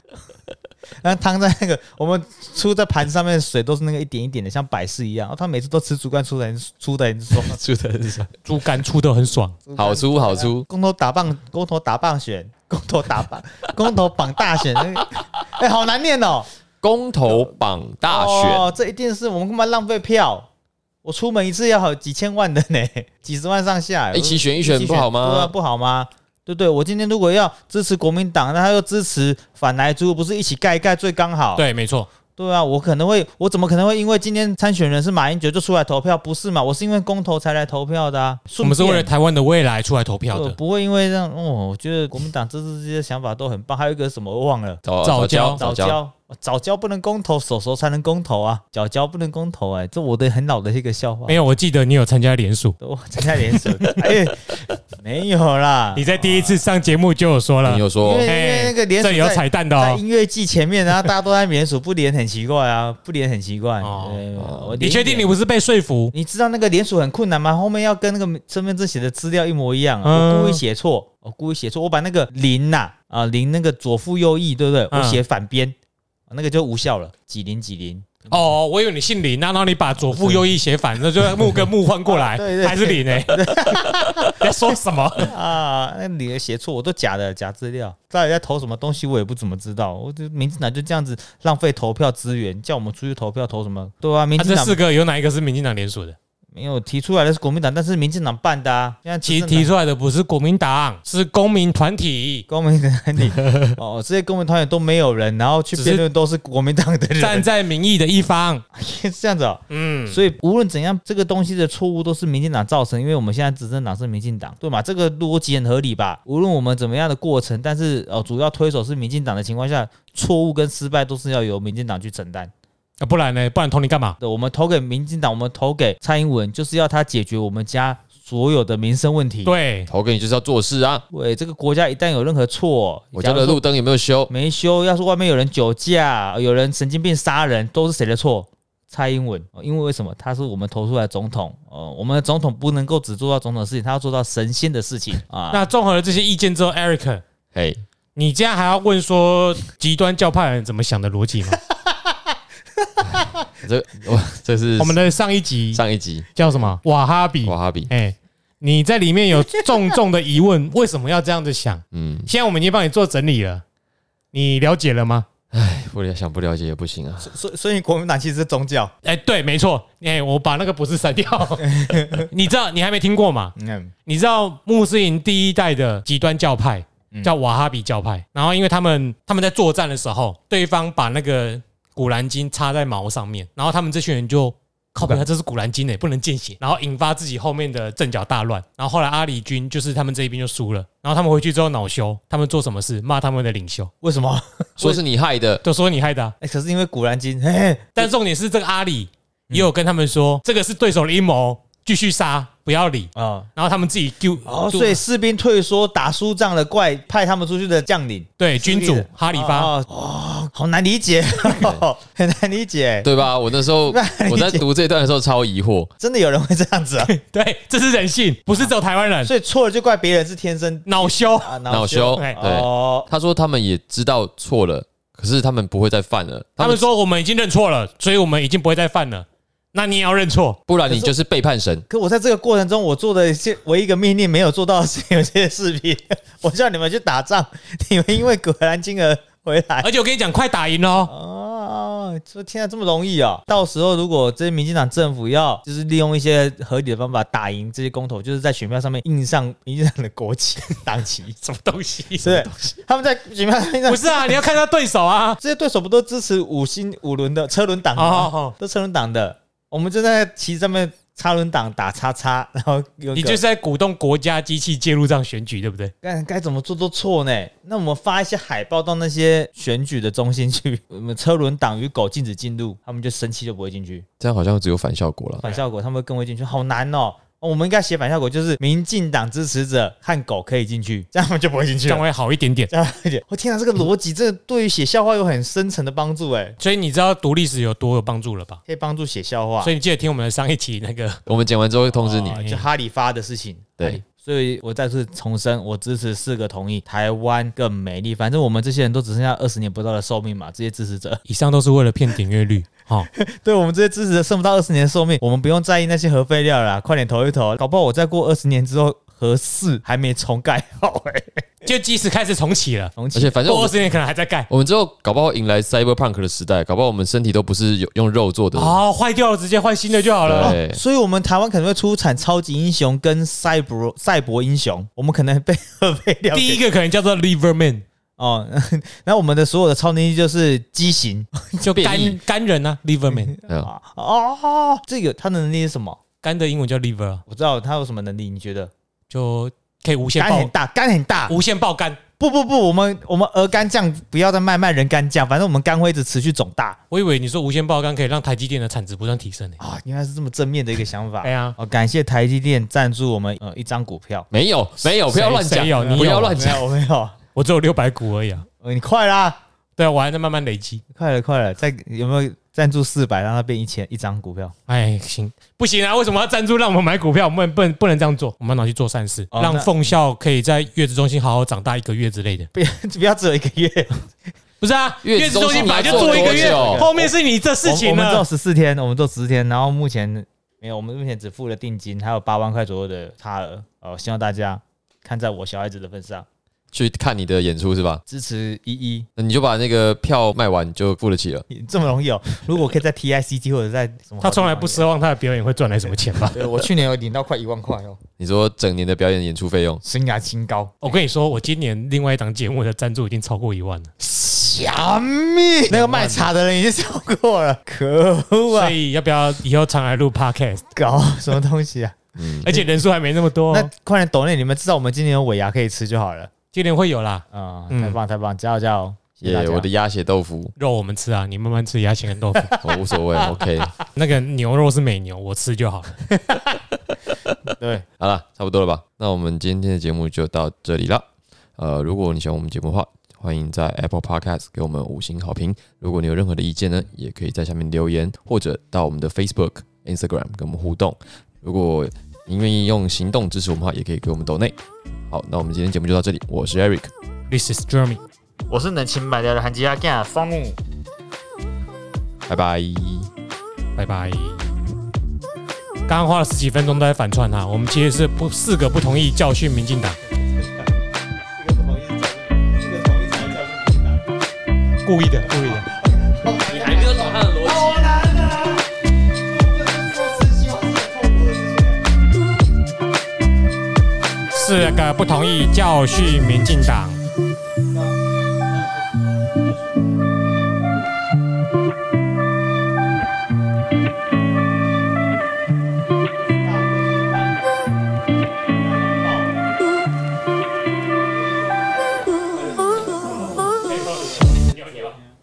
B: [laughs] 然后汤在那个我们出在盘上面的水都是那个一点一点的，像百事一样。哦、他每次都吃猪肝出的很出的很爽，
A: 出的是什么
C: 猪肝出的很爽。
A: 好出好出，
B: [laughs] 公投打棒，公投打棒选，公投打棒， [laughs] 公投绑大选。那个哎、好难念哦！
A: 公投榜大选，
B: 哦，这一定是我们干嘛浪费票？我出门一次要好几千万的呢， [laughs] 几十万上下。
A: 一起哎选一选不好
B: 对啊，
A: 吗？
B: 不好吗？对不对？我今天如果要支持国民党，那他又支持反来猪，不是一起盖一盖最刚好？
C: 对，没错，
B: 对啊，我可能会，我怎么可能会因为今天参选人是马英九就出来投票？不是嘛？我是因为公投才来投票的啊。
C: 我们是为了
B: 顺
C: 台湾的未来出来投票
B: 便我
C: 的。
B: 不会因为让哦，我觉得国民党这次这些想法都很棒。还有一个什么我忘了，
A: 早
C: 早
A: 交
C: 交
B: 早
A: 交，
B: 教早教不能公投，手手才能公投啊，脚教不能公投哎、这我的很老的一个笑话
C: 没。有，我记得你有参加联署，
B: 我正在联手， [laughs] 哎，没有啦，
C: 你在第一次上节目就有说了
A: 你，有
B: 因
A: 说
B: 为因为那个联
C: 这里
B: 手
C: 有
B: 在
C: 彩蛋的
B: 在
C: 哦。
B: 音乐季前面，然啊后大家都在联署，不联很奇怪啊，不联很奇怪。
C: 哦
B: 对
A: 哦
B: 我
C: 你
B: 联
C: 确定你不是被说服？
B: 你知道那个联署很困难吗？后面要跟那个身份证写的资料一模一样啊、
C: 嗯
B: 我故意写错，我故意写错，我把那个零呐啊零那个左副右翼，对不对？
C: 嗯
B: 我写反边，那个就无效了，几零几零。 [laughs]
C: 哦，我以为你姓林，那然后你把左副右翼写反，那就木跟木换过
B: [laughs]
C: 来
B: 对对，对
C: 还是林呢？ [laughs] 在说什么？
B: 啊，那你的写错，我都假的，假资料，到底在投什么东西，我也不怎么知道。我这民进党就这样子浪费投票资源，叫我们出去投票投什么？对啊， [laughs] 民
C: 啊
B: 进
C: 这
B: 党
C: 四个有哪一个是民进党联署的？
B: 没有提出来的是国民党，但是民进党办的啊。现在
C: 其
B: 提
C: 实提出来的不是国民党，是公民团体，
B: 公民团
C: [laughs]
B: 体哦，这些公民团体都没有人，然后去
C: 只是
B: 辩论都是国民党的
C: 站
B: 人，
C: 在民意的一方。
B: 是 [laughs] 这样子哦。
C: 嗯，
B: 所以无论怎样，这个东西的错误都是民进党造成，因为我们现在执政党是民进党，对嘛？这个逻辑很合理吧？无论我们怎么样的过程，但是哦，主要推手是民进党的情况下，错误跟失败都是要由民进党去承担。
C: 啊，不然呢？不然投你干嘛？
B: 对，我们投给民进党，我们投给蔡英文，就是要他解决我们家所有的民生问
C: 嗯
B: 题。
C: 对，
A: 投给你就是要做事啊！
B: 对，这个国家一旦有任何错，
A: 我家的
B: 假如
A: 路灯有没有修
B: 说？没修，要是外面有人酒驾，有人神经病杀人，都是谁的错？蔡英文，哦因为为什么他是我们投出来的总统？呃，我们的总统不能够只做到总统的事情，他要做到神仙的事情 [laughs] 啊。
C: 那综合了这些意见之后，Eric，
A: 嘿，
C: 你竟然还要问说极端教派人怎么想的逻辑吗？
A: 这我这是
C: [laughs] 我们的上一集
A: 上一集
C: 叫什么？瓦哈比。
A: 瓦哈比，
C: 哎、你在里面有重重的疑问，为什么要这样子想？ [laughs]
A: 嗯，
C: 现在我们已经帮你做整理了，你了解了吗？
A: 不了想不了解也不行啊。
B: 所所以国民党其实是宗教，
C: 哎、对，没错，哎、我把那个不是 [laughs] 删掉。你知道你还没听过吗？
B: 嗯，
C: 你知道穆斯林第一代的极端教派
B: 嗯
C: 叫瓦哈比教派，然后因为他们他们在作战的时候，对方把那个古兰经插在毛上面，然后他们这群人就靠北，他这是古兰经呢，不能见血，然后引发自己后面的阵脚大乱，然后后来阿里军就是他们这一边就输了，然后他们回去之后恼羞，他们做什么事？骂他们的领袖，
B: 为什么？ [laughs]
A: 说是你害的，
C: 都说你害的啊、
B: 哎、可是因为《古兰经》嘿嘿，
C: 但重点是这个阿里
B: 嗯
C: 也有跟他们说，这个是对手的阴谋，继续杀，不要理。
B: 啊、
C: 然后他们自己丢，
B: 哦，所以士兵退缩打输仗了，怪派他们出去的将领
C: 对君
B: 是
C: 主
B: 的
C: 哈里发，
B: 哦哦好难理解， [laughs] 很难理解，
A: 对吧？我那时候我在读这段的时候超疑惑，
B: 真的有人会这样子啊？
C: [laughs] 对，这是人性，不是只有台湾人
B: 所以错了就怪别人是天生
C: 恼羞。
B: 啊
A: 恼羞。
C: 哎
A: 对，
B: 哦，
A: 他说他们也知道错了，可是他们不会再犯了。
C: 他们说我们已经认错了，所以我们已经不会再犯了。那你也要认错，
A: 不然你就是背叛神。
B: 可我在这个过程中，我做的一些唯一一个命令没有做到的是有些士兵， [laughs] 我叫你们去打仗，你们因为葛兰金而回来。
C: 而且我跟你讲，快打赢了哦。
B: 哦，这天啊，这么容易啊！到时候如果这些民进党政府要就是利用一些合理的方法打赢这些公投，就是在选票上面印上民进党的国旗、党旗，
C: [laughs] 什么东西？
B: 对，他们在选票上面上
C: [laughs] 不是啊，你要看到对手
B: [laughs]
C: 啊。
B: 这些对手不都支持五星五轮的车轮党吗？
C: 哦哦
B: 都车轮党的，我们就在旗上面插轮党打叉叉，然后有
C: 你
B: 一个
C: 就是在鼓动国家机器介入这样选举，对不对？
B: 该该怎么做都错呢。那我们发一些海报到那些选举的中心去，我们车轮党与狗禁止进入，他们就生气就不会进去，
A: 这样好像只有反效果了。
B: 反效果他们会更会进去，好难哦。哦我们应该写反效果，就是民进党支持者和狗可以进去，这样他们就不会进去
C: 这样
B: 了。
C: 会好一点点。
B: 这样而且，我天啊，这个逻辑真的对于写笑话有很深层的帮助哎，
C: 所以你知道读历史有多有帮助了吧？
B: 可以帮助写笑话。
C: 所以你记得听我们的上一期那个
A: 我们讲完之后会通知你
B: 啊，就哈里发的事情。
A: 对
B: 哈里，所以我再次重申，我支持四个同意，台湾更美丽。反正我们这些人都只剩下二十年不到的寿命嘛，这些支持者，
C: 以上都是为了骗点阅率。 [laughs] 哦好、
B: 对我们这些支持者剩不到二十年的寿命，我们不用在意那些核废料啦，快点投一投，搞不好我再过二十年之后。核四还没重盖好哎、
C: 就即使开始重启了，
B: 重启啊
A: 而且反正我
C: 过二
A: 们
C: 十年可能还在盖。
A: 我们之后搞不好迎来 cyberpunk 的时代，搞不好我们身体都不是有用肉做的。
C: 哦，坏掉了，直接换新的就好了。
A: 对
B: 所以我们台湾可能会出产超级英雄跟赛博赛博英雄，我们可能被核废料给
C: 第一个可能叫做 Liverman，
B: 哦， [laughs] 那我们的所有的超能力就是畸形
C: 就
A: 变
C: 干
A: 异
C: 干人啊，Liverman，
A: 嗯，
B: 啊哦，这个他的能力是什么？
C: 干的英文叫 Liver，啊
B: 我知道他有什么能力，你觉得？
C: 就可以无限
B: 肝很
C: 爆，
B: 大，肝很大。
C: 无限爆干。
B: 不不不，我们我们鹅肝酱不要再卖卖人肝酱，反正我们肝会一直持续肿大
C: 我以为你说无限爆干可以让台积电的产值不断提升呢、
B: 啊、原来是这么正面的一个想法。
C: 哎呀
B: 哦，感谢台积电赞助我们呃一张股票。
A: 没有没有，不要乱
C: 谁
A: 讲
C: 谁有，你
A: 不
C: 有
A: 要
C: 啊
A: 乱讲。
B: 没有，我没有。
C: 我只有六百股而已啊。
B: 呃你快啦，
C: 对啊，我还在慢慢累积。
B: 快了，快了，再有没有赞助四百，让它变一千一张股票？
C: 哎，行，不行啊？为什么要赞助让我们买股票？我们不能不能这样做，我们要拿去做善事，
B: 哦
C: 让
B: 那
C: 奉孝可以在月子中心好好长大一个月之类的。
B: 不要 [laughs] 不要只有一个月，
C: 不是啊，
A: 月子
C: 月子中心本来就
A: 中心
C: 做
A: 要
C: 一个月，哦
A: 做多久
C: 后面是你这事
B: 我
C: 情
B: 们我们只有
C: 了。
B: 十四天，我们做十四天，然后目前没有，我们目前只付了定金，还有八万块左右的差额。哦，希望大家看在我小孩子的份上，
A: 去看你的演出是吧？
B: 支持依依。
A: 那你就把那个票卖完就付得起了。
B: 这么容易哦？如果可以在 TICT 或者在什么，
C: 他从来不。奢望他的表演会赚来什么钱吧？ [laughs]
B: 对，呃我去年有领到快一万块哦，
A: 你说整年的表演演出费用，
B: 生涯新高。
C: 我跟你说，我今年另外一档节目的赞助已经超过一万了，
B: 假蜜，那个卖茶的人已经超过了， [laughs] 可恶
C: 所
B: 啊！
C: 以要不要以后常来录 podcast？
B: 搞什么东 [laughs] 西啊？
A: 嗯，
C: 而且人数还没那么多
B: 那
C: 哦，
B: 快点抖内，你们至少我们今年有尾牙可以吃就好了。
C: 今年会有啦。
B: 啊、
C: 嗯
B: 太棒太棒，加油加油！谢谢大
A: 耶！
B: 家
A: 我的鸭血豆腐，
C: 肉我们吃啊，你慢慢吃鸭血跟豆
B: [laughs]
C: 腐。
A: 我无所谓，OK。
C: 那个牛肉是美牛，我吃就好了。
B: 对，
A: 好了，差不多了吧？那我们今天的节目就到这里了。呃，如果你喜欢我们节目的话，欢迎在 Apple Podcast 给我们五星好评。如果你有任何的意见呢，也可以在下面留言，或者到我们的 Facebook、Instagram 跟我们互动。如果您愿意用行动支持我们的话，也可以给我们抖内。好，那我们今天节目就到这里，我是 Eric，
C: This is Jeremy。
B: 我是能清白的韩吉亚干方木。
A: 拜拜。
C: 拜拜。刚刚花了十几分钟都在反串他，我们其实是不四个不同意教训民进党，
B: 这个同意，这个同意才叫民进党。
C: 故意的，故意的。
A: 你还没有懂他的逻辑。
B: 好难啊！我就是说真心话是很痛苦的事情。
C: 四个不同意教训民进党。